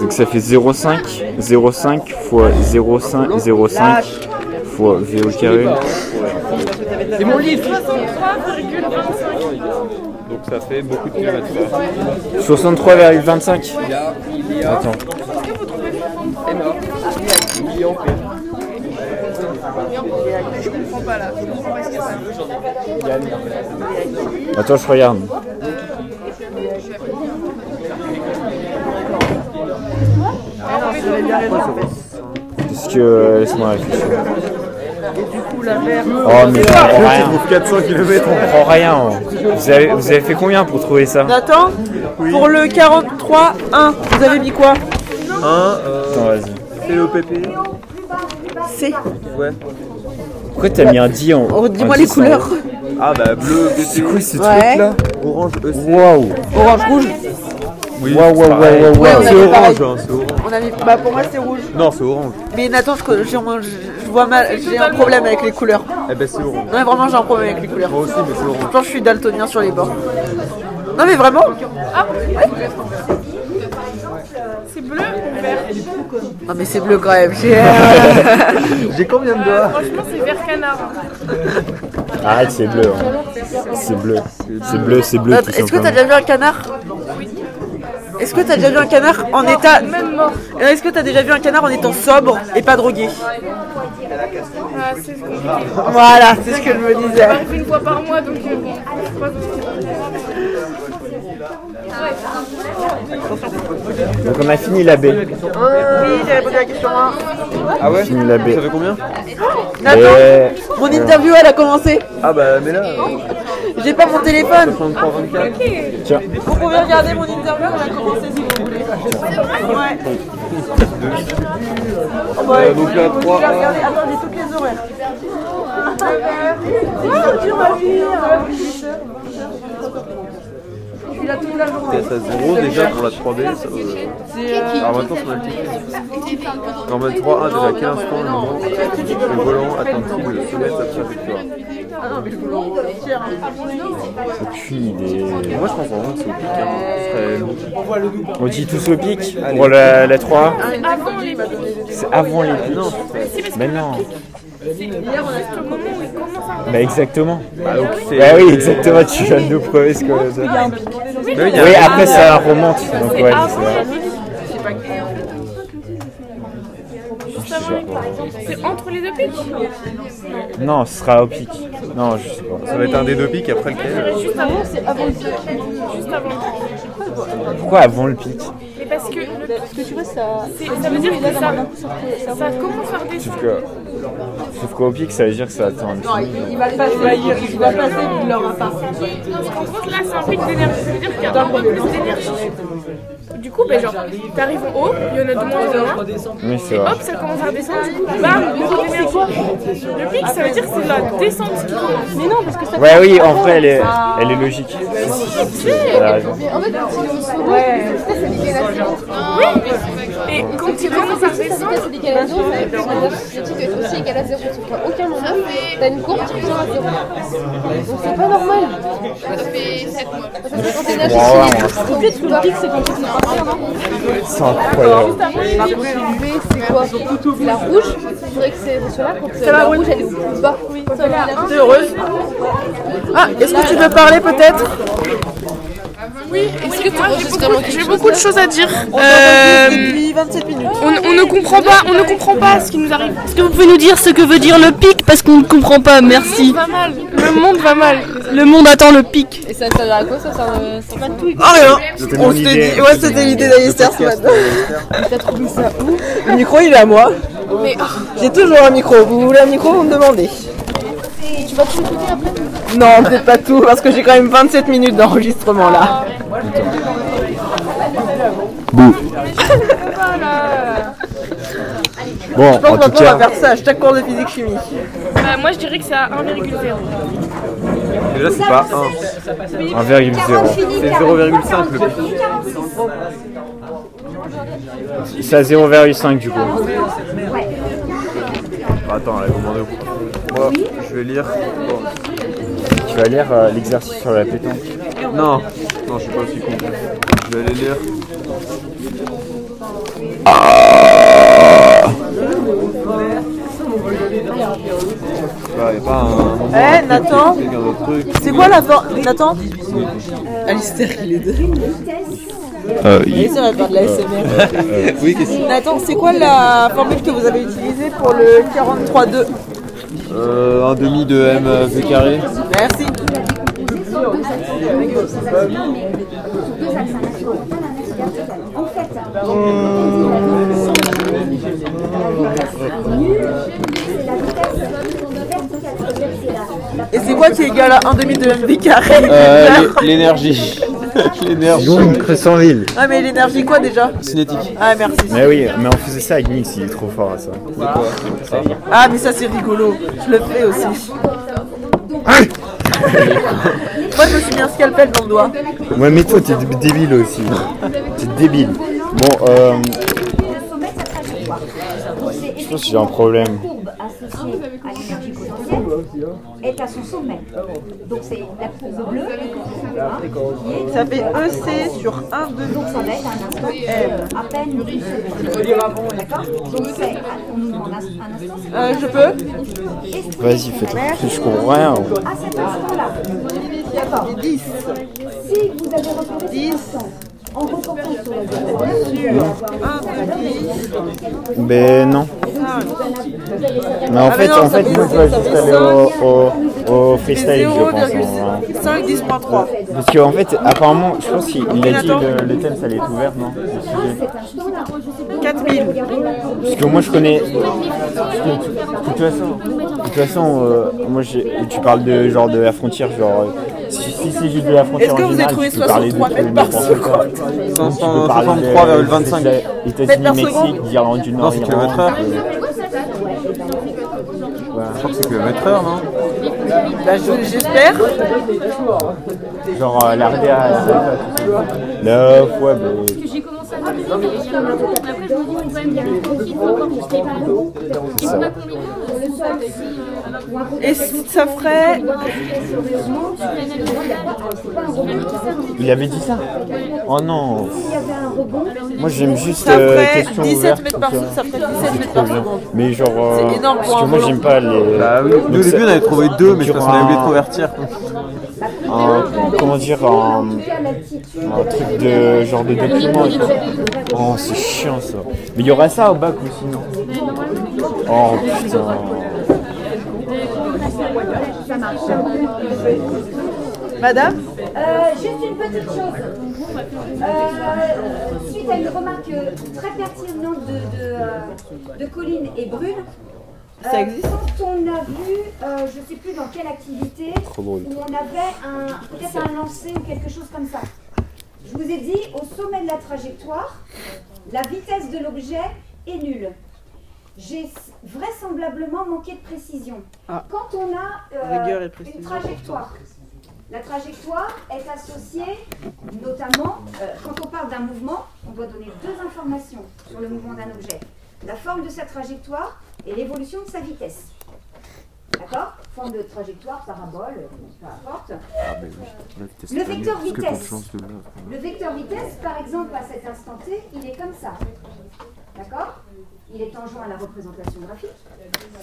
D: Donc ça fait 0,5, 0,5 fois 0,5, 0,5 fois V au carré.
J: C'est mon livre.
F: 63,25.
C: Donc ça fait beaucoup de kilomètres.
D: 63,25. Attends. Attends, je regarde. Parce que. euh, Laisse-moi réfléchir. Oh, mais je comprends rien.
C: 400
D: Je comprends rien. hein. Vous avez, vous avez fait combien pour trouver ça
B: Nathan, pour le 43-1, vous avez mis quoi
C: 1, euh,
D: Attends, vas-y.
C: c'est le PP.
B: C.
C: Ouais.
D: Pourquoi t'as mis un 10 en.
B: Oh,
D: un
B: dis-moi
D: 10
B: les
D: en-
B: couleurs.
C: Ah bah bleu, BT,
D: Quoi, ce
B: Ouais.
D: truc-là
C: orange, EC.
D: Waouh
B: Orange, rouge.
C: Oui,
D: Waouh, waouh,
C: c'est pareil.
D: waouh, waouh,
B: Ouais, on
C: C'est
B: avait
C: orange,
B: pareil.
C: hein, c'est orange.
B: On a mis. Bah pour moi c'est rouge.
C: Non, c'est orange.
B: Mais Nathan, je, co- j'ai- moi, je- je vois mal. J'ai un problème avec les couleurs.
C: Eh ben c'est orange.
B: Non mais vraiment j'ai un problème avec les couleurs.
C: Moi aussi, mais c'est
B: Je
C: orange.
B: pense que je suis daltonien Ah, sur les bords. Non mais vraiment.
F: C'est bleu ou vert
B: Non, mais c'est bleu quand même.
D: J'ai combien de
F: Euh,
D: doigts
F: Franchement, c'est vert canard. hein.
D: Arrête, c'est bleu. hein. C'est bleu. C'est bleu, c'est bleu. tout
B: Euh, Est-ce que t'as
D: simplement.
B: déjà vu un canard Est-ce que t'as déjà vu un canard en état. Euh,
F: Même mort.
B: Est-ce que t'as déjà vu un canard en étant sobre et pas drogué
F: Ah, c'est compliqué.
B: Voilà, c'est ce que je me
F: Ça
B: disais.
F: m'arrive une fois par mois, donc euh, bon, je crois que-
D: Donc on a fini la baie.
B: Oui, j'avais posé la question.
C: Ah ouais
D: Fini la baie. Eh,
C: Ça fait combien
B: Ah,
D: Et...
B: Mon interview, elle a commencé.
C: Ah bah mais là, euh,
B: J'ai pas mon téléphone.
C: 63, 24.
D: Tiens,
B: Vous pouvez regarder mon interview, elle a commencé si vous voulez. Ouais. Oh, bah,
C: Euh, donc là, trois,
B: j'ai regardé. Attends, j'ai toutes les horaires. C'est dur ma vie.
C: t'es à 0 déjà pour la 3B. Ça, euh, Alors maintenant, c'est altitude. En mode 3A, déjà 15 points, le vent, le volant atteint-il le sommet de sa petite victoire
D: aucune idée.
C: Moi, je pense vraiment que c'est au pic. Hein. Ce serait-
D: On dit tous au pic pour la, la 3
B: Ah,
F: Avant les pics.
D: Ah, C'est avant les pics. Mais non.
F: Juste au moment où il commence à
D: Bah exactement.
C: Bah, donc, c'est-
D: Bah oui, exactement, tu viens de nous prouver ce qu'on a dit.
C: Mais oui, il y a-
D: Oui, ah. après ça remonte. Donc ouais,
F: Avant
D: c'est
F: les pics. Juste avant les pics. C'est entre les deux pics
D: Non, ce sera au pic. Non, je sais
C: Ça
D: pas.
C: va être un des deux pics après lequel. euh,
F: Juste avant, c'est avant le pic. Juste avant le pic.
D: Pourquoi avant le pic
F: Mais parce que le Parce que tu vois, ça. Ça veut dire que ça, ça commence à
D: Sauf
F: redescendre.
D: que. Sauf qu'au pic, ça veut dire que ça attend un petit peu.
B: Il va le passer, il va le passer, il l'aura pas.
F: En gros, là, c'est un pic d'énergie. Ça veut dire qu'il y a un peu plus d'énergie. Du coup, ben, genre, t'arrives en haut, il y en a de moins en moins.
D: Oui, c'est vrai.
F: Hop, ça commence à descendre. Bam, le pic, c'est quoi Le pic, ça veut dire que c'est la descente qui commence. Mais non, parce que ça.
D: Ouais, oui, en vrai, elle est, elle est logique. Elle a raison.
F: Et quand tu commences à descendre,
L: vitesse est égale à 0, ça veut dire que le titre est aussi égal à 0. Sauf qu'à aucun moment, t'as une courbe qui revient à 0. Donc c'est pas normal. Ça fait 7 mois. Ça fait quand t'énergies
D: Wow.
L: sur les courses. pic, c'est quand tu te pas hein.
D: C'est incroyable.
L: Mais c'est quoi C'est la rouge Il faudrait que c'est sur là quand euh, la rouge elle est au plus bas.
B: T'es heureuse Ah, est-ce que tu veux parler peut-être
L: Est-ce que tu penses vraiment
F: j'ai beaucoup de choses à dire. Euh,
B: Depuis 27 minutes.
F: On, on ne comprend pas, on ne comprend pas ce qui nous arrive.
L: Est-ce que vous pouvez nous dire ce que veut dire le pic Parce qu'on ne comprend pas, merci.
F: Va mal. Le monde va mal.
L: Le monde attend le pic. Et ça sert à quoi Ça sert à tout.
B: Ah rien
D: C'était
B: On
D: mon
B: s'était
D: idée.
B: dit, ouais, c'était l'idée d'Alistair ce matin.
L: T'as trouvé Ah, ça où
B: Le micro, il est à moi.
L: oh.
B: J'ai toujours un micro. Vous voulez un micro, vous me demandez.
L: Tu vas tout écouter après
B: Non, peut-être pas tout, parce que j'ai quand même 27 minutes d'enregistrement
D: Ah,
B: là.
D: Bon,
B: Je pense que
D: en tout
B: maintenant, on va
D: cas,
B: faire ça à chaque cours de physique-chimie.
F: Bah, moi, je dirais que c'est à 1,0.
C: Déjà, c'est pas 1.
D: 1,0.
C: C'est 0,5 le pic.
D: C'est à 0,5 du coup.
C: Bah, Attends, elle a commandé ou quoi Moi, je vais lire. Bon.
D: Tu vas lire euh, l'exercice sur la pétanque.
C: Non, non, je suis pas aussi con. Je vais aller lire. Bah, y a pas un moment
B: Eh,
C: où
B: Nathan
C: quelqu'un d'autre truc.
B: C'est quoi la fin Nathan Alistair, il est deux.
D: Euh,
B: Alistair, elle parle de la SMR.
C: Oui, qu'est-ce
B: Nathan, c'est quoi la formule que vous avez utilisée pour le 43-2
C: Euh, un demi de m euh, v carré.
B: Merci.
C: Mmh.
B: Et c'est quoi qui est égal à 1 demi de MV carré
C: Euh,
D: Euh,
C: l'énergie. l'énergie.
D: Seconde Cressantville.
B: Ah mais l'énergie quoi déjà
C: Cinétique.
B: Ah merci.
D: Mais oui, mais on faisait ça avec Nix, il est trop fort à ça.
B: Ah mais ça c'est rigolo. Je le fais aussi. Moi je me suis mis un scalpel dans le doigt.
D: Ouais, mais toi, t'es dé- débile aussi. T'es débile. Bon, euh, Je pense que j'ai un problème.
E: courbe associée à l'énergie potentielle est à son sommet. Donc c'est la courbe bleue hein, qui est
B: Ça fait EC sur 1, 2,
E: donc ça va être un instant
B: M.
E: à peine une seconde. D'accord Donc c'est on nous demande un un instant. c'est-
B: Euh, je peux
D: Vas-y, fais ton truc, je comprends rien.
E: À cet instant-là. D'accord.
B: 10.
E: Si vous avez retrouvé 10 en reportant sur la
D: Mais non. Mais en
B: Ah, mais
D: fait,
B: non,
D: en
B: ça
D: fait,
B: fait
D: moi, je
B: ça,
D: dois
B: ça
D: juste
B: fait
D: aller au, au, au freestyle, je pense. en-
B: 0,5, 10.3.
D: Parce qu'en fait, apparemment, je pense qu'il il a dit
B: Attends.
D: le, le thème, ça allait être ouvert, non le sujet.
B: 4000.
D: Parce que moi, je connais. euh, De toute façon, de toute façon euh, moi, j'ai- tu parles de genre de la frontière, genre. euh, Si, si c'est juste de la frontière.
B: Est-ce que
D: en
B: vous avez
D: général,
B: trouvé
D: tu peux parler de
B: 63
D: tout et
B: mètres par
D: n'importe quoi.
B: seconde
D: Tu peux
C: 500,
D: parler de-
C: 63,25.
D: c'est ça,
B: Mètres
D: États-Unis,
B: par
D: Mexique,
B: seconde
D: d'Irlande du
C: Non,
D: Nord,
C: c'est
D: Irlande. euh,
C: kilomètre heure.
D: Voilà.
C: Je crois que c'est kilomètre heure, non
B: Bah, je- j'espère.
D: Genre euh, la RDA. La web. euh,
M: J'ai commencé à travailler il y a un moment, mais après je me dis bon, quand même, il y a le tranquille, faut encore que je t'ai parlé. Et on a combien euh, ce soir si, euh,
B: Et ça ferait.
D: Il avait dit ça Oh non Moi j'aime juste
B: Ça
D: euh,
B: ferait
D: question
B: 17
D: ouverte.
B: mètres par seconde. Ça ferait 17 mètres
D: trop
B: par
D: bien.
B: seconde.
D: Mais genre. euh,
B: C'est énorme pour
D: parce que
B: un
D: moi
B: volant.
D: j'aime pas les.
C: Bah oui,
D: Donc,
C: nous au
D: ça-
C: début on avait trouvé deux, mais je
D: durant
C: pense qu'on avait oublié de
D: un-
C: convertir.
D: un- Euh, Comment dire un, un truc de genre de document. et tout. Oh c'est chiant ça. Mais il y aura ça au bac aussi non Oh putain.
B: Madame
E: Euh, juste une petite chose. Euh, suite à une remarque euh, très pertinente de, de, euh, de Colline et Brune, euh,
B: Ça existe
E: quand on a vu, euh, je ne sais plus dans quelle activité,
D: Trop
E: où
D: drôle.
E: on avait un- peut-être un lancer ou quelque chose comme ça. Je vous ai dit, au sommet de la trajectoire, la vitesse de l'objet est nulle. J'ai vraisemblablement manqué de précision.
B: Ah.
E: Quand on a euh,
B: Rigueur et précision.
E: une trajectoire, la trajectoire est associée notamment, euh, quand on parle d'un mouvement, on doit donner deux informations sur le mouvement d'un objet. La forme de sa trajectoire et l'évolution de sa vitesse. D'accord Forme de trajectoire, parabole, peu importe. Le vecteur vitesse. Le vecteur vitesse, par exemple, à cet instant T, il est comme ça. D'accord Il est tangent à la représentation graphique.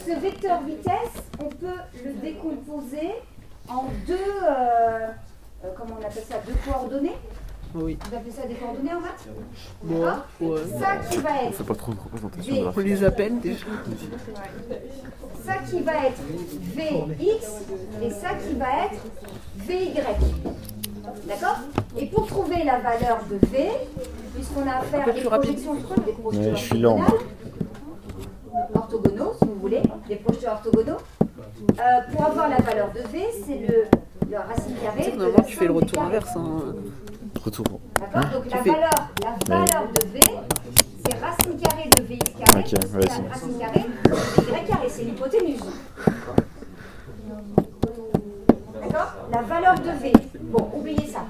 E: Ce vecteur vitesse, on peut le décomposer en deux, euh, euh, comment on appelle ça, deux coordonnées.
B: Oui.
E: Vous appelez ça des coordonnées en maths
B: Bon, ouais.
E: Ça qui va être
C: pas trop de représentation
E: des-
B: On les appelle déjà.
E: ça qui va être Vx et ça qui va être Vy. D'accord Et pour trouver la valeur de V, puisqu'on a affaire à des projections sur des projecteurs
D: Mais je suis lent. moi.
E: orthogonaux, si vous voulez, des projecteurs orthogonaux, euh, pour avoir la valeur de V, c'est le, la
B: Tu
E: racine
B: sais
E: carrée.
B: que
E: de
B: normalement
E: la
B: tu fais le
E: somme des
B: retour
E: carrés.
B: inverse. hein.
D: Retour.
E: D'accord Donc la
B: fais-
E: valeur, la
D: Ouais.
E: valeur de V, c'est racine carrée de Vx carré.
D: Ok,
E: c'est la
D: vas-y.
E: Racine carrée de Y carré, c'est l'hypoténuse. D'accord La valeur de V. Bon, oubliez ça,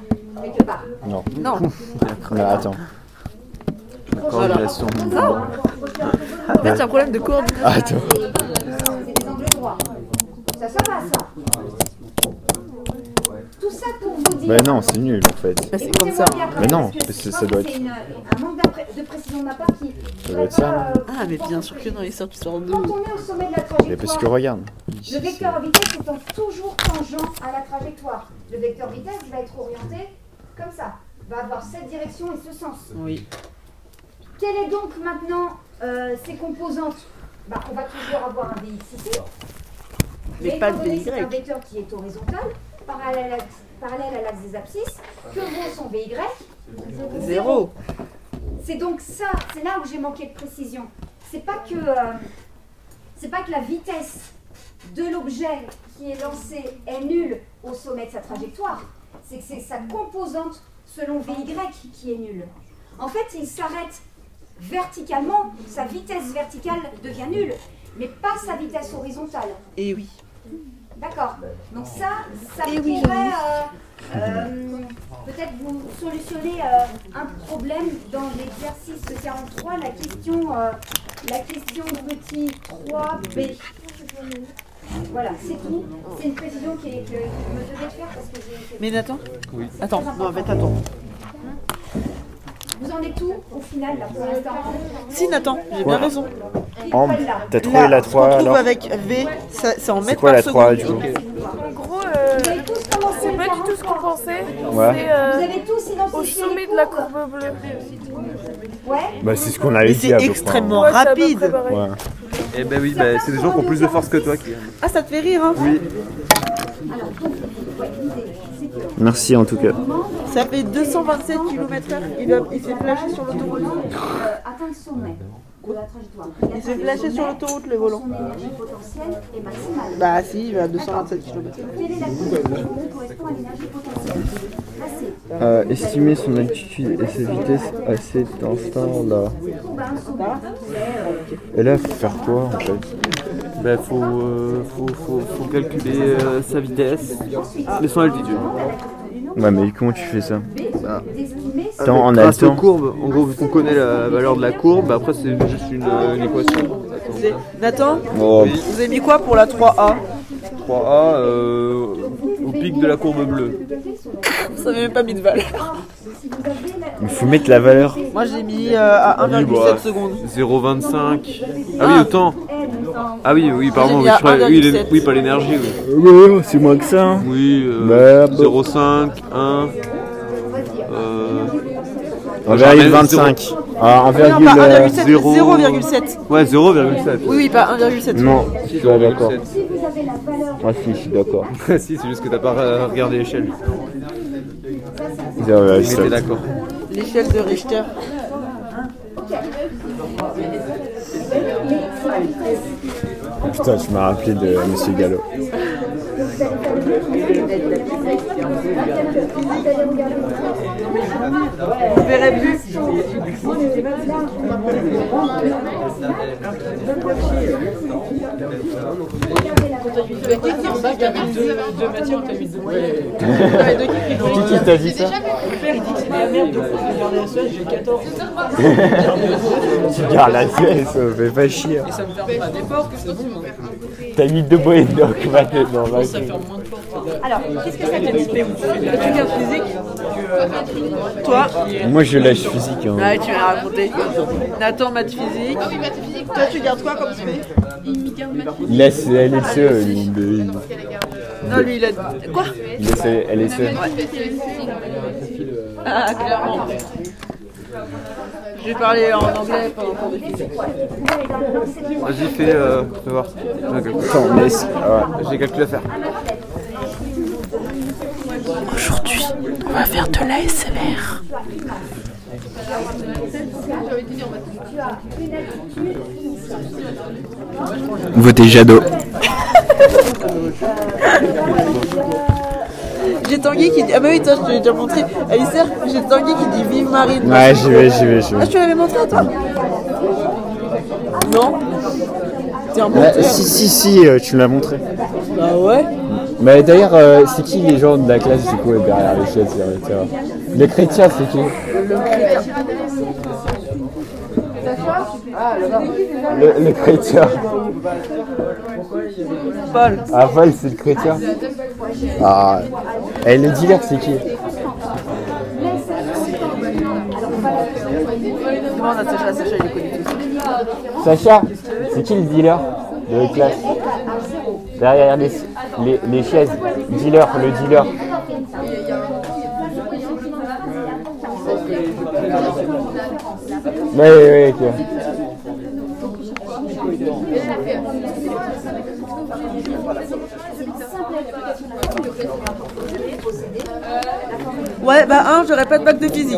E: quelque part.
D: Non.
B: Non.
D: Non, attends.
C: Coordination.
D: Hmm.
E: Oh
B: En fait, c'est un problème de coordination.
D: Attends.
E: C'est des angles droits. Ça, ça va, ça. Tout ça pour vous dire.
D: Bah non c'est nul en fait.
B: Bah, c'est comme ça.
E: Écoutez-moi bien,
D: Mais non,
E: parce que
D: parce que
E: je
D: ça
E: pense
D: doit
E: que
D: être-
E: C'est une- euh, un manque d'appré- de précision de ma part qui.
D: Ça doit être ça, non
E: Euh,
B: Ah, mais bien sûr que non, il sort, tu sors de.
E: Quand on est au sommet de la
D: Mais
E: trajectoire.
D: parce que regarde.
E: Le vecteur vitesse étant toujours tangent à la trajectoire. Le vecteur vitesse va être orienté comme ça, va avoir cette direction et ce sens.
B: Oui.
E: Quelle est donc maintenant euh, ses composantes Bah, On va toujours avoir un VX ici.
B: Mais
E: étant
B: pas de
E: donné que C'est
B: VY.
E: un vecteur qui est horizontal, parallèle à l'axe- parallèle à l'axe des abscisses. Que vaut son VY
B: Zéro.
E: c'est donc ça, c'est là où j'ai manqué de précision. C'est pas que euh, c'est pas que la vitesse de l'objet qui est lancé est nulle au sommet de sa trajectoire, c'est que c'est sa composante selon VY qui est nulle. En fait, il s'arrête verticalement, sa vitesse verticale devient nulle, mais pas sa vitesse horizontale.
B: Et Eh oui.
E: D'accord. Donc ça, ça
K: Eh
E: pourrait
K: oui,
E: euh, euh, peut-être vous solutionner euh, un problème dans l'exercice 43, la question euh, la question petit 3B. Voilà, c'est tout. C'est une précision qui est- que je me devais de faire parce que j'ai.
B: Mais Nathan
C: Oui.
B: Attends, non, en fait, attends.
E: Vous en êtes tout au final là
F: Euh,
E: pour l'instant
B: Si, Nathan, j'ai bien
D: Ouais.
B: raison.
D: Ambre, t'as trouvé
B: Là,
D: la
B: on
D: 3
B: trouve
D: alors
B: avec V, ça- c'est en
D: C'est
B: mètres
D: quoi
B: par
D: la 3 du
B: seconde.
D: coup
F: En gros, euh, c'est pas du tout ce qu'on pensait.
D: Ouais.
F: C'est euh,
E: Vous avez tous identifié
F: au sommet de la courbe bleue.
E: Ouais.
D: Bah, c'est ce qu'on avait
B: Mais
D: dit
B: c'est
D: à peu près, hein.
B: extrêmement
F: Ouais, c'est à peu près
B: rapide.
F: pareil.
D: Ouais.
C: Eh ben oui, bah, c'est des gens qui ont plus de force que toi qui.
B: Ah, ça te fait rire, hein
C: Oui.
D: Merci en tout cas.
B: Ça fait 227 km/h. Il, va- il s'est flashé sur l'autoroute.
E: Euh, Atteint le sommet de la trajectoire.
B: Il s'est flashé sur l'autoroute, le volant.
E: L'énergie potentielle est maximale.
B: Bah, si, il va à 227 km/h.
E: Quelle est la courbe qui correspond à l'énergie potentielle Passée.
H: Euh, estimer son altitude et ses vitesses à cet instant-là. Et là, faut faire quoi en fait
C: Bah, faut, euh, faut, faut, faut calculer euh, sa vitesse et son altitude.
D: Ouais, mais comment tu fais ça
C: Attends,
D: Attends, on
C: grâce aux
D: attend.
C: courbes, en gros, vu qu'on connaît la valeur de la courbe, bah, après c'est juste une, euh, une équation.
B: C'est- Nathan,
D: Oh.
B: vous avez mis quoi pour la 3A
C: 3A euh, au pic de la courbe bleue.
B: Ça n'avait même pas mis de valeur.
D: Il faut mettre la valeur.
B: Moi, j'ai mis euh, à 1,7
C: Oui, bah,
B: secondes.
C: 0,25. Ah oui, autant. Ah oui, oui, pardon.
B: J'ai
C: Oui,
B: mis à
C: je croyais- oui,
B: 1,7.
C: l'é- oui, pas l'énergie. Oui,
D: Ouais, c'est moins que ça. hein.
C: oui euh,
D: Bah, bah.
C: 0,5, 1. Euh, j'en ai
D: 1,25. Ah,
B: Non, pas 1,7,
D: 1,0.
B: 0,7.
C: Ouais, 0,7.
B: Oui, oui, pas 1,7.
D: Non, je suis pas d'accord.
C: 0,7.
D: Ah si, je suis d'accord.
C: Ah si, c'est juste que t'as pas euh, regardé l'échelle. Mais t'es
D: 0,7.
C: d'accord.
B: L'échelle de Richter.
D: Putain, tu m'as rappelé de Monsieur Gallo.
B: On verrait plus.
D: Qui qui t'a dit ça Tu gardes la sieste, ça fait pas chier. T'as mis deux boîtes de maintenant dans la
E: Alors, qu'est-ce que ça donne
B: Tu gardes physique Toi
D: Moi je lâche physique. hein.
B: Ouais, tu m'as raconté. Nathan, maths physique. Toi, tu gardes quoi comme spé
D: Il laisse LSE, lui. de-
B: Non, lui, il a. Quoi
D: Il laisse LSE.
B: Ah, clairement. J'ai parlé en anglais pendant cours de physique.
C: Vas-y, fais. Euh, fais voir. J'ai un calcul.
D: Attends, laisse. Ah ouais.
C: J'ai calculé à faire.
A: Aujourd'hui, on va faire de la SMR.
I: Votez Jadot.
B: J'ai Tanguy qui dit. Ah, bah oui, toi, je te l'ai déjà montré. Alistair, j'ai Tanguy qui dit Vive Marine.
D: Ouais, j'y vais, j'y vais, j'y
B: Ah,
D: vais.
B: tu l'avais montré à toi Non T'es un
D: Là,
B: menteur.
D: Bah, si, si, si, euh, tu me l'as montré.
B: Bah ouais.
D: Mais d'ailleurs, euh, c'est qui les gens de la classe du coup euh, derrière les chaises là, tu vois Les chrétiens, c'est qui le, le chrétien.
B: Paul.
D: Ah, Val, c'est le chrétien. Ah. Et le dealer, c'est qui
B: Demande à Sacha, Sacha, il les connaît tous.
D: Sacha C'est qui le dealer de la classe Derrière les, les, les chaises. Dealer, le dealer. Ouais, ouais, ouais, ok.
B: Ouais, bah un, j'aurais pas de bac de physique.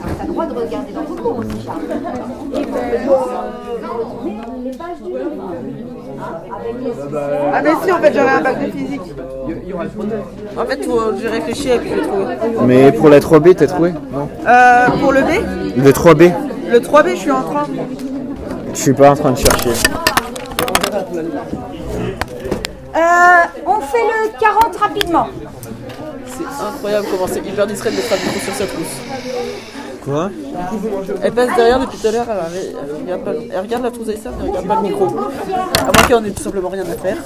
E: T'as le droit de regarder dans vos cours aussi, Charles. Et vous pouvez retourner les pages du livre. hein, Avec les succès.
B: Ah mais si, en fait, j'aurais un bac de physique. En fait, faut- j'ai réfléchi et puis j'ai trouvé.
D: Mais pour la 3B, t'as trouvé Non.
B: Euh, pour le B,
D: Le 3B
B: le 3B, je suis en train.
D: Je suis pas en train de chercher.
E: Euh, on fait le 40 rapidement.
B: C'est incroyable comment c'est hyper discret de mettre un micro sur sa pouce.
C: Quoi
B: Elle passe derrière depuis tout à l'heure, elle, avait- elle regarde pas- elle regarde la trousse à sœur, mais elle regarde pas le micro. À moins qu'on ait tout simplement rien à faire.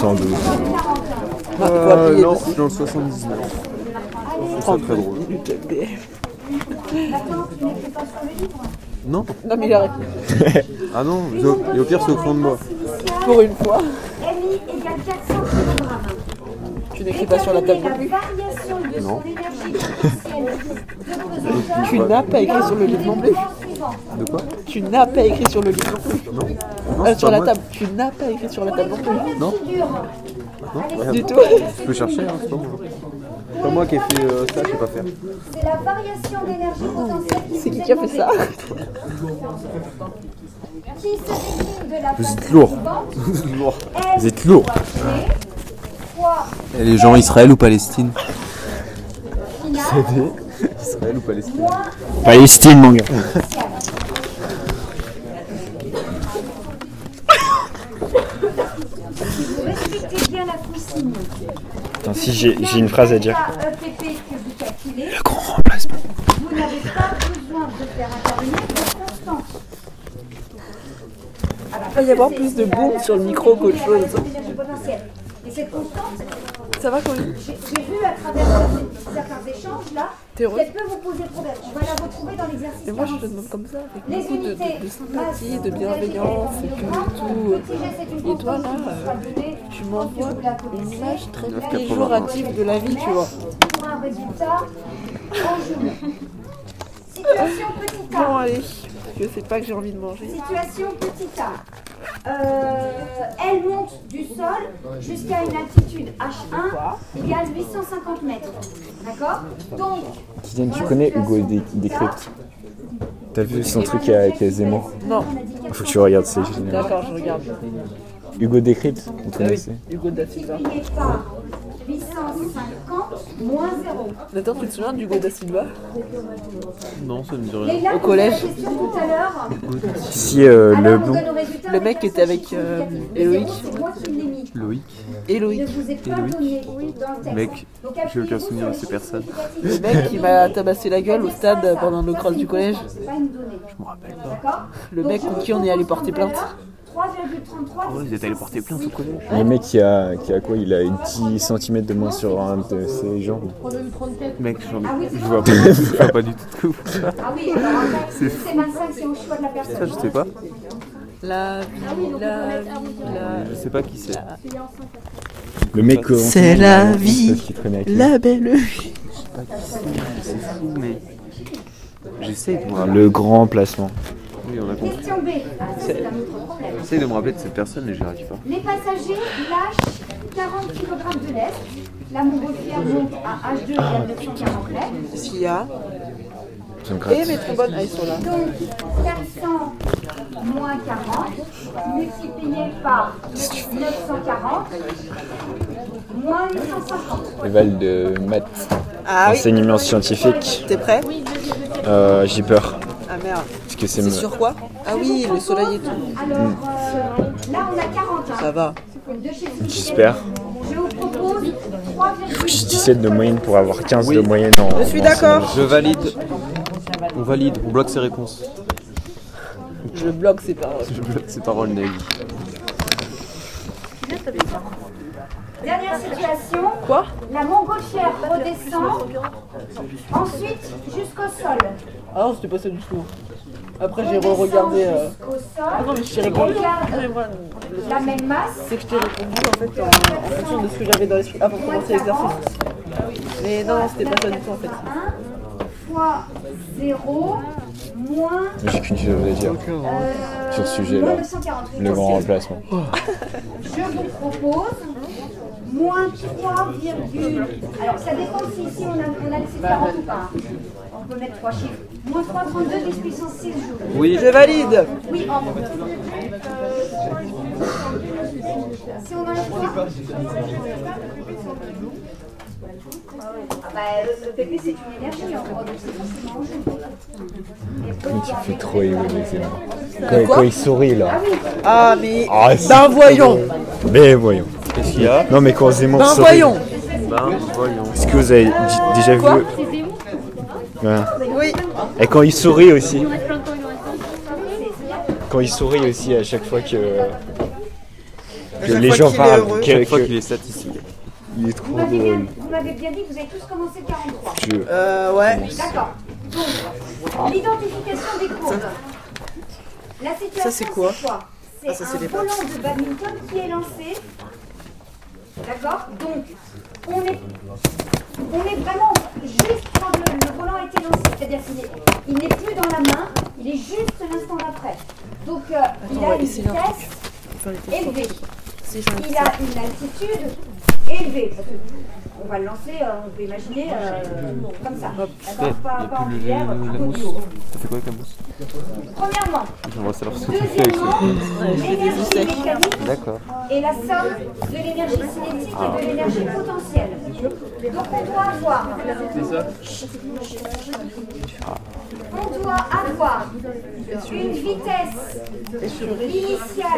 C: Sans doute.
B: Faut appuyer
C: Euh, non,
B: dessus.
C: je suis dans le 79. Je trouve ça très drôle. Non
B: Non mais il arrête.
C: Ah non, je- et au pire, c'est au fond de moi.
B: Pour une fois. Tu n'écris pas sur la table non plus.
C: Non.
B: Tu n'as pas écrit sur le livre non plus.
C: De quoi
B: Tu n'as pas écrit sur le livre non plus.
C: Non.
B: Euh,
C: Non, c'est
B: sur
C: pas
B: la
C: moi.
B: table. Tu n'as pas écrit sur la table non plus.
C: Non Non, regarde.
B: Du tout.
C: Tu peux chercher, hein, c'est pas moi. C'est pas moi qui ai fait euh, ça, je sais pas faire.
E: C'est la variation d'énergie potentielle qui
B: C'est
E: vous
B: qui
E: est
B: qui a fait ça
E: demandée. Qui se désigne de la
D: Vous êtes
E: façon
D: lourd.
E: suivante.
D: Vous êtes lourd.
I: Et les gens Israël ou Palestine
C: Israël ou Palestine
D: Palestine, mon gars.
E: Respectez bien la consigne.
D: Attends, si j'ai j'ai une phrase à dire.
E: Le EPP que vous calculez,
D: Le grand remplacement.
E: vous n'avez pas besoin de faire intervenir vos constantes.
B: Il va y avoir plus de boum sur le micro qu'autre chose.
E: L'énergie potentielle. Et cette constante,
B: Ça va quand même
E: j'ai j'ai vu à travers certains échanges là,
B: T'es heureuse
E: qu'elle peut vous poser problème. On va la retrouver dans l'exercice.
B: Et moi je te demande comme ça, avec
E: Les
B: beaucoup de,
E: unités,
B: de, de sympathie, de bienveillance, et que tout. Et toi là, euh, tu m'envoies une image très péjorative de la vie, tu vois.
E: pour un résultat en jour. Situation hein. petit
B: Bon
E: A.
B: allez, je sais pas que j'ai envie de manger.
E: Situation petit A. Euh, elle monte du sol jusqu'à une altitude H1 égale 850 mètres. D'accord Donc,
D: Kylian, tu connais Hugo Dé- Décrypte T'as vu son truc avec Zemmour
B: Non.
D: Faut que tu regardes, c'est génial.
B: D'accord, je regarde.
D: Hugo Décrypte, vous
B: Ah oui,
D: connaissez
B: Hugo da Silva.
E: multiplié par 850 moins 0.
B: Nathan, tu te souviens d'Hugo da Silva
C: Non, ça ne me dit rien.
E: Leïla,
B: Au
E: vous avez la
B: collège.
E: question tout à l'heure.
D: Si euh, le
E: Alors, on
D: blond.
E: donne au résultat
B: Le mec qui était avec euh, Eloïc.
E: C'est moi qui l'ai mis.
C: Loïc.
B: Eloïc.
E: Ne vous ai pas
C: Eloïc.
E: donné dans le texte.
C: Mec,
E: Donc,
C: j'ai aucun
E: appuyez-vous
C: souvenir
E: sur
C: de
E: les
C: ces personnes.
B: Le
E: justificatifs.
B: mec qui m'a tabassé la gueule au stade pendant le cross du collège.
E: C'est pas une donnée.
C: Je me rappelle pas.
E: D'accord
B: Le mec contre qui on est allé porter plainte.
E: 3,33.
C: Oh, ils étaient allés porter plainte au collège.
D: Le mec qui a, qui a quoi Il a 10 cm de moins sur un de ses jambes.
C: Mec, j'en
E: Ah oui,
C: ai...
E: c'est
C: je
E: ça.
C: vois pas, je vois pas du tout de quoi vous parlez.
E: Ah oui, alors en
C: C'est
E: fait,
C: fou.
E: c'est 25, c'est au choix de la personne.
C: Ça, je sais pas.
B: La vie, la vie, la-
C: Je sais pas qui c'est.
D: Le mec. euh,
A: C'est
D: on-
A: la
D: on- on-
A: vie.
D: qui traînait avec lui.
A: La belle vie.
C: C'est fou, mais. J'essaie de me rappeler.
D: Le grand remplacement.
C: Oui, on a compris.
E: Question B. Ah, ça, c'est un autre problème.
C: J'essaie de me rappeler de cette personne, mais j'y arrive pas.
E: Les passagers lâchent 40 kg de lest. La montgolfière monte à H2 égale 940 mètres.
B: Sia.
D: Ça me gratte.
B: Et mes trombones, ah, ils sont là.
E: Donc 400 moins 40 multiplié par 940 moins 850.
D: Éval de maths.
B: Ah oui.
D: Enseignement scientifique.
B: T'es prêt
D: Euh, J'ai peur.
B: Ah merde.
D: Parce que c'est.
B: C'est
D: me-
B: sur quoi Ah oui, le soleil et tout.
E: Alors euh, là on a 40. hein.
B: Ça va.
E: De chez Swiss.
D: J'espère.
E: Je vous propose 3,2.
D: 17 de moyenne pour avoir 15 de
C: Oui.
D: moyenne en.
B: Je suis
D: en
B: d'accord.
C: Je valide. On valide, on bloque ses réponses.
B: Je bloque ces paroles.
C: Je bloque ses paroles, Nagui.
E: Dernière situation.
B: Quoi
E: La montgolfière redescend ensuite jusqu'au sol.
B: Ah non, c'était pas ça du tout. Après, j'ai re-regardé. euh,
E: Redescend
B: Non,
E: Jusqu'au sol.
B: mais je t'ai répondu.
E: La même masse.
B: C'est que je t'ai répondu en fait en, en fonction de ce que j'avais dans l'esprit Ah, avant de commencer l'exercice. Mais non, non, c'était pas ça du tout en fait.
E: 1 fois 0 moins
D: J'ai qu'une chose à dire
E: euh,
D: sur ce sujet-là.
E: moins 948.
D: Le grand remplacement.
B: Oh,
E: Je vous propose moins 3, virgule- alors ça dépend si ici on a, on a laissé 40 ou pas. hein. On peut mettre trois chiffres. Moins 3,32 10 puissance 6 jours.
C: Oui,
B: Je valide
E: Oui, en euh, Si on enlève quoi Ah bah, le PP c'est une énergie en gros, donc c'est forcément en jeu.
D: Comment tu fais trop évoluer ces mots quand, quand il sourit là.
B: Ah, mais.
D: Ah, c'est-
B: Ben voyons
D: Mais voyons.
C: Qu'est-ce qu'il y a
D: Non mais quand Zemmour
B: Ben
D: sourit.
B: voyons
C: Ben, voyons.
D: Est-ce que vous avez d- déjà vu Ouais.
B: Oui.
D: Hein Et quand il sourit aussi. Quand il sourit aussi à chaque fois que, que les gens parlent. que-
C: Chaque fois
D: que-
C: qu'il est satisfait.
D: Il est trop
E: Vous m'avez bien-
D: drôle.
E: vous m'avez bien dit que vous avez tous commencé le 43.
D: Je-
B: Euh, ouais.
E: D'accord. Donc, l'identification des courbes. La situation,
B: Ça, c'est quoi
E: C'est
B: Ah, ça, c'est
E: un
B: les
E: volant
B: pattes.
E: de badminton qui est lancé. D'accord Donc, on est, on est vraiment juste quand le, le volant a été lancé. C'est-à-dire qu'il est- il n'est plus dans la main, il est juste l'instant d'après. Donc, euh, il
B: on
E: a
B: va
E: une
B: essayer un
E: vitesse élevée. Il a une altitude élevée. Parce que on va le lancer, euh, on peut imaginer euh, comme ça.
C: Il n'y
E: D'accord Pas, pas
C: a
E: en
C: plus le-
E: l'air,
C: le- la
E: pas en
C: mousse.
E: haut.
C: Ça fait quoi avec la mousse
E: Premièrement,
C: J'aimerais savoir ce que tu fais avec
E: deuxièmement,
C: ça.
E: l'énergie mécanique
C: D'accord.
E: et la somme de l'énergie cinétique et de l'énergie potentielle. Donc on doit avoir. On doit avoir une vitesse initiale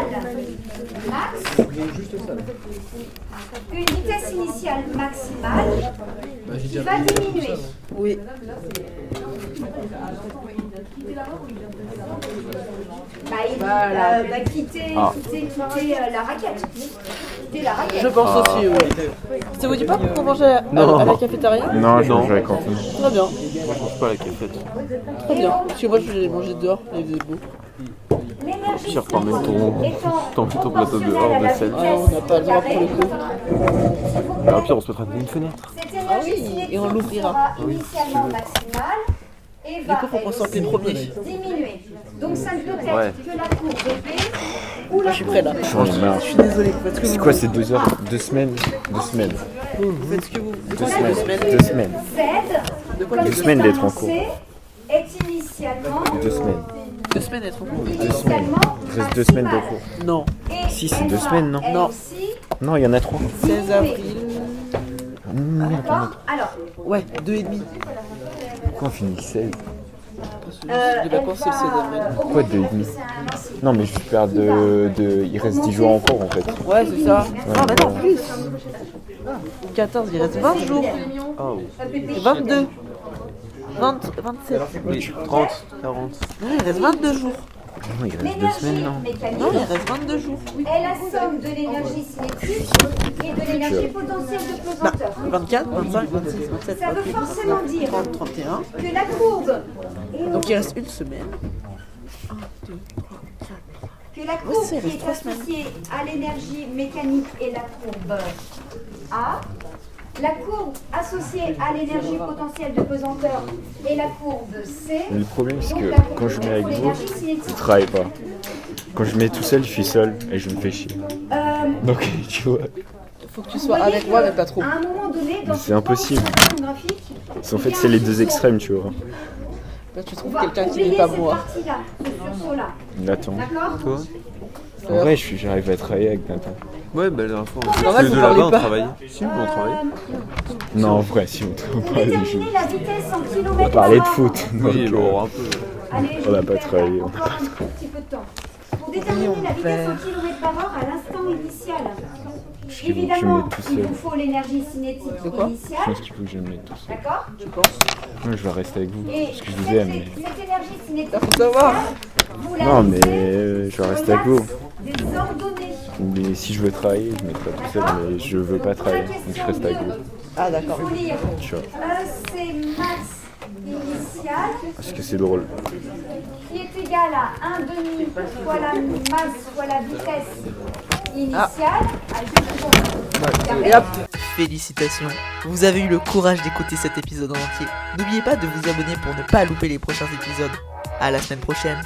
E: max, une vitesse initiale maximale qui va diminuer.
B: Oui.
E: Bah, il
B: Voilà.
E: euh, bah, quitter,
B: Ah.
E: quitter, quitter, euh, la raquette. Quitter la raquette.
B: Je pense aussi, oui. Ça vous dit pas qu'on mangeait à, à- à la cafétéria
D: Ah. Non, je mange à la cantine.
B: Très bien,
C: Moi, je mange pas à la cafette.
B: très bien. Parce que moi, je l'ai mangé dehors, et il faisait beau.
C: Pire quand même ton, ton, ton plateau dehors de sel.
B: Ah, on n'a pas le droit pour le coup. Ah
C: Alors Ah, pire, on se mettra dans une fenêtre.
E: Cette énergie cinétique
B: et on Ah l'ouvrira.
E: sera initialement maximale et va
B: coup, faut qu'on sorte les
E: elle aussi diminuer. Donc ça ne peut être
D: Ouais.
E: que la courbe B ou la
B: Je suis prêt, là.
E: courbe
D: J'en ai marre.
B: Je suis désolée. Parce que
D: C'est
B: vous-
D: quoi ces deux heures Deux semaines Deux semaines.
B: Vous faites ce que vous
D: Deux
B: quoi,
D: semaines. Deux semaines.
E: Z,
D: Deux
E: comme c'est
D: semaines d'être en
E: annoncé, est initialement
D: Deux semaines.
B: Deux semaines être en cours.
D: Deux semaines. Il reste deux semaines de cours.
B: Non.
D: Si, c'est deux semaines, non Non. Non, il y en a trois.
B: 16 avril.
D: Mmh, attends,
E: Alors,
B: Ouais, deux et demi.
D: pourquoi on finit le 16
E: euh,
B: de vacances, c'est le 16 avril.
D: Pourquoi deux et demi Non, mais je perds de, de. Il reste 10 jours encore en fait.
B: Ouais, c'est ça.
D: Ouais,
B: Ah, bah non,
D: ouais.
B: plus. 14, il reste 20 jours.
C: Ah oui.
B: Et 22. 20, 27.
C: Oui, 30, 40.
B: Non, Ah, il reste 22 jours.
D: Non, il reste deux
E: l'énergie
D: semaines, non
E: mécanique
B: Non, il reste 22 jours.
E: est la somme de l'énergie cinétique et de l'énergie potentielle de pesanteur.
B: 24, 25, 26, 27,
E: Ça veut
B: 28,
E: forcément
B: 29,
E: dire
B: 30, 31.
E: que la courbe
B: Donc il reste une semaine.
E: que la
B: Oui,
E: courbe
B: c'est
E: qui
B: les
E: est
B: trois semaines.
E: associée à l'énergie mécanique est la courbe A. La courbe associée à l'énergie potentielle de pesanteur est la courbe C.
D: Mais Le problème, c'est
E: Donc,
D: que
E: la courbe
D: quand je mets avec
E: pour
D: vous,
E: l'énergie cinétique.
D: je travaille pas. Quand je mets tout seul, je suis seul et je me fais chier.
E: Euh,
D: Donc, tu vois,
B: Faut que tu
E: vous
B: sois
E: voyez
B: avec moi,
E: que
B: mais pas trop.
E: À un moment donné, dans
D: c'est impossible.
E: ce graphique,
D: Parce qu'en fait, c'est les deux extrêmes, tu vois.
B: Là, tu
E: on
B: trouves
E: va
B: quelqu'un qui
E: oublier
B: n'est pas
E: cette
B: moi.
E: partie-là, ce sursaut-là.
D: Nathan.
E: D'accord
C: Toi
D: En vrai, je suis- j'arrive à travailler avec Nathan.
C: Ouais, bah la dernière fois,
B: Ah ouais, vous
C: on de
B: parlez
C: là-bas, on
B: pas.
C: travaillait. Si, on travaillait.
D: Non, en vrai, si on trouve pas les jeux.
E: Déterminer la vitesse en
D: On va
E: kilomètres
D: parler de
E: par heure.
D: foot. donc,
C: Oui, bon, un
D: euh,
C: peu.
E: Allez,
D: On n'a pas
E: Gilbert,
D: travaillé, on n'a
E: Encore un tout petit peu de temps. Pour déterminer la vitesse en kilomètres par heure à l'instant initial.
D: qu'il faut que je
E: Évidemment,
D: mette tout
E: il
D: seul.
E: vous faut l'énergie cinétique
D: je
E: initiale.
D: pense qu'il faut que je me mette tout seul.
E: D'accord Je
D: Moi, je vais rester avec vous.
E: Et
D: Parce que je
E: cette,
D: vous aime. mais-
E: cette énergie cinétique
B: savoir.
E: initiale, vous la
D: Non, mais
E: mettez
D: euh, je vais
E: sur
D: rester avec vous.
E: l'axe des ordonnées.
D: Mais si je veux travailler, je ne mettrai pas tout seul. Mais je veux pas travailler. Donc, je reste avec vous.
B: Ah, d'accord.
E: Faut lire
D: Tu vois.
E: EC max initial
D: Parce que c'est drôle.
E: qui est égal à 1 demi fois la masse fois la vitesse initiale.
B: Et hop.
A: Félicitations, vous avez eu le courage d'écouter cet épisode en entier. N'oubliez pas de vous abonner pour ne pas louper les prochains épisodes. À la semaine prochaine.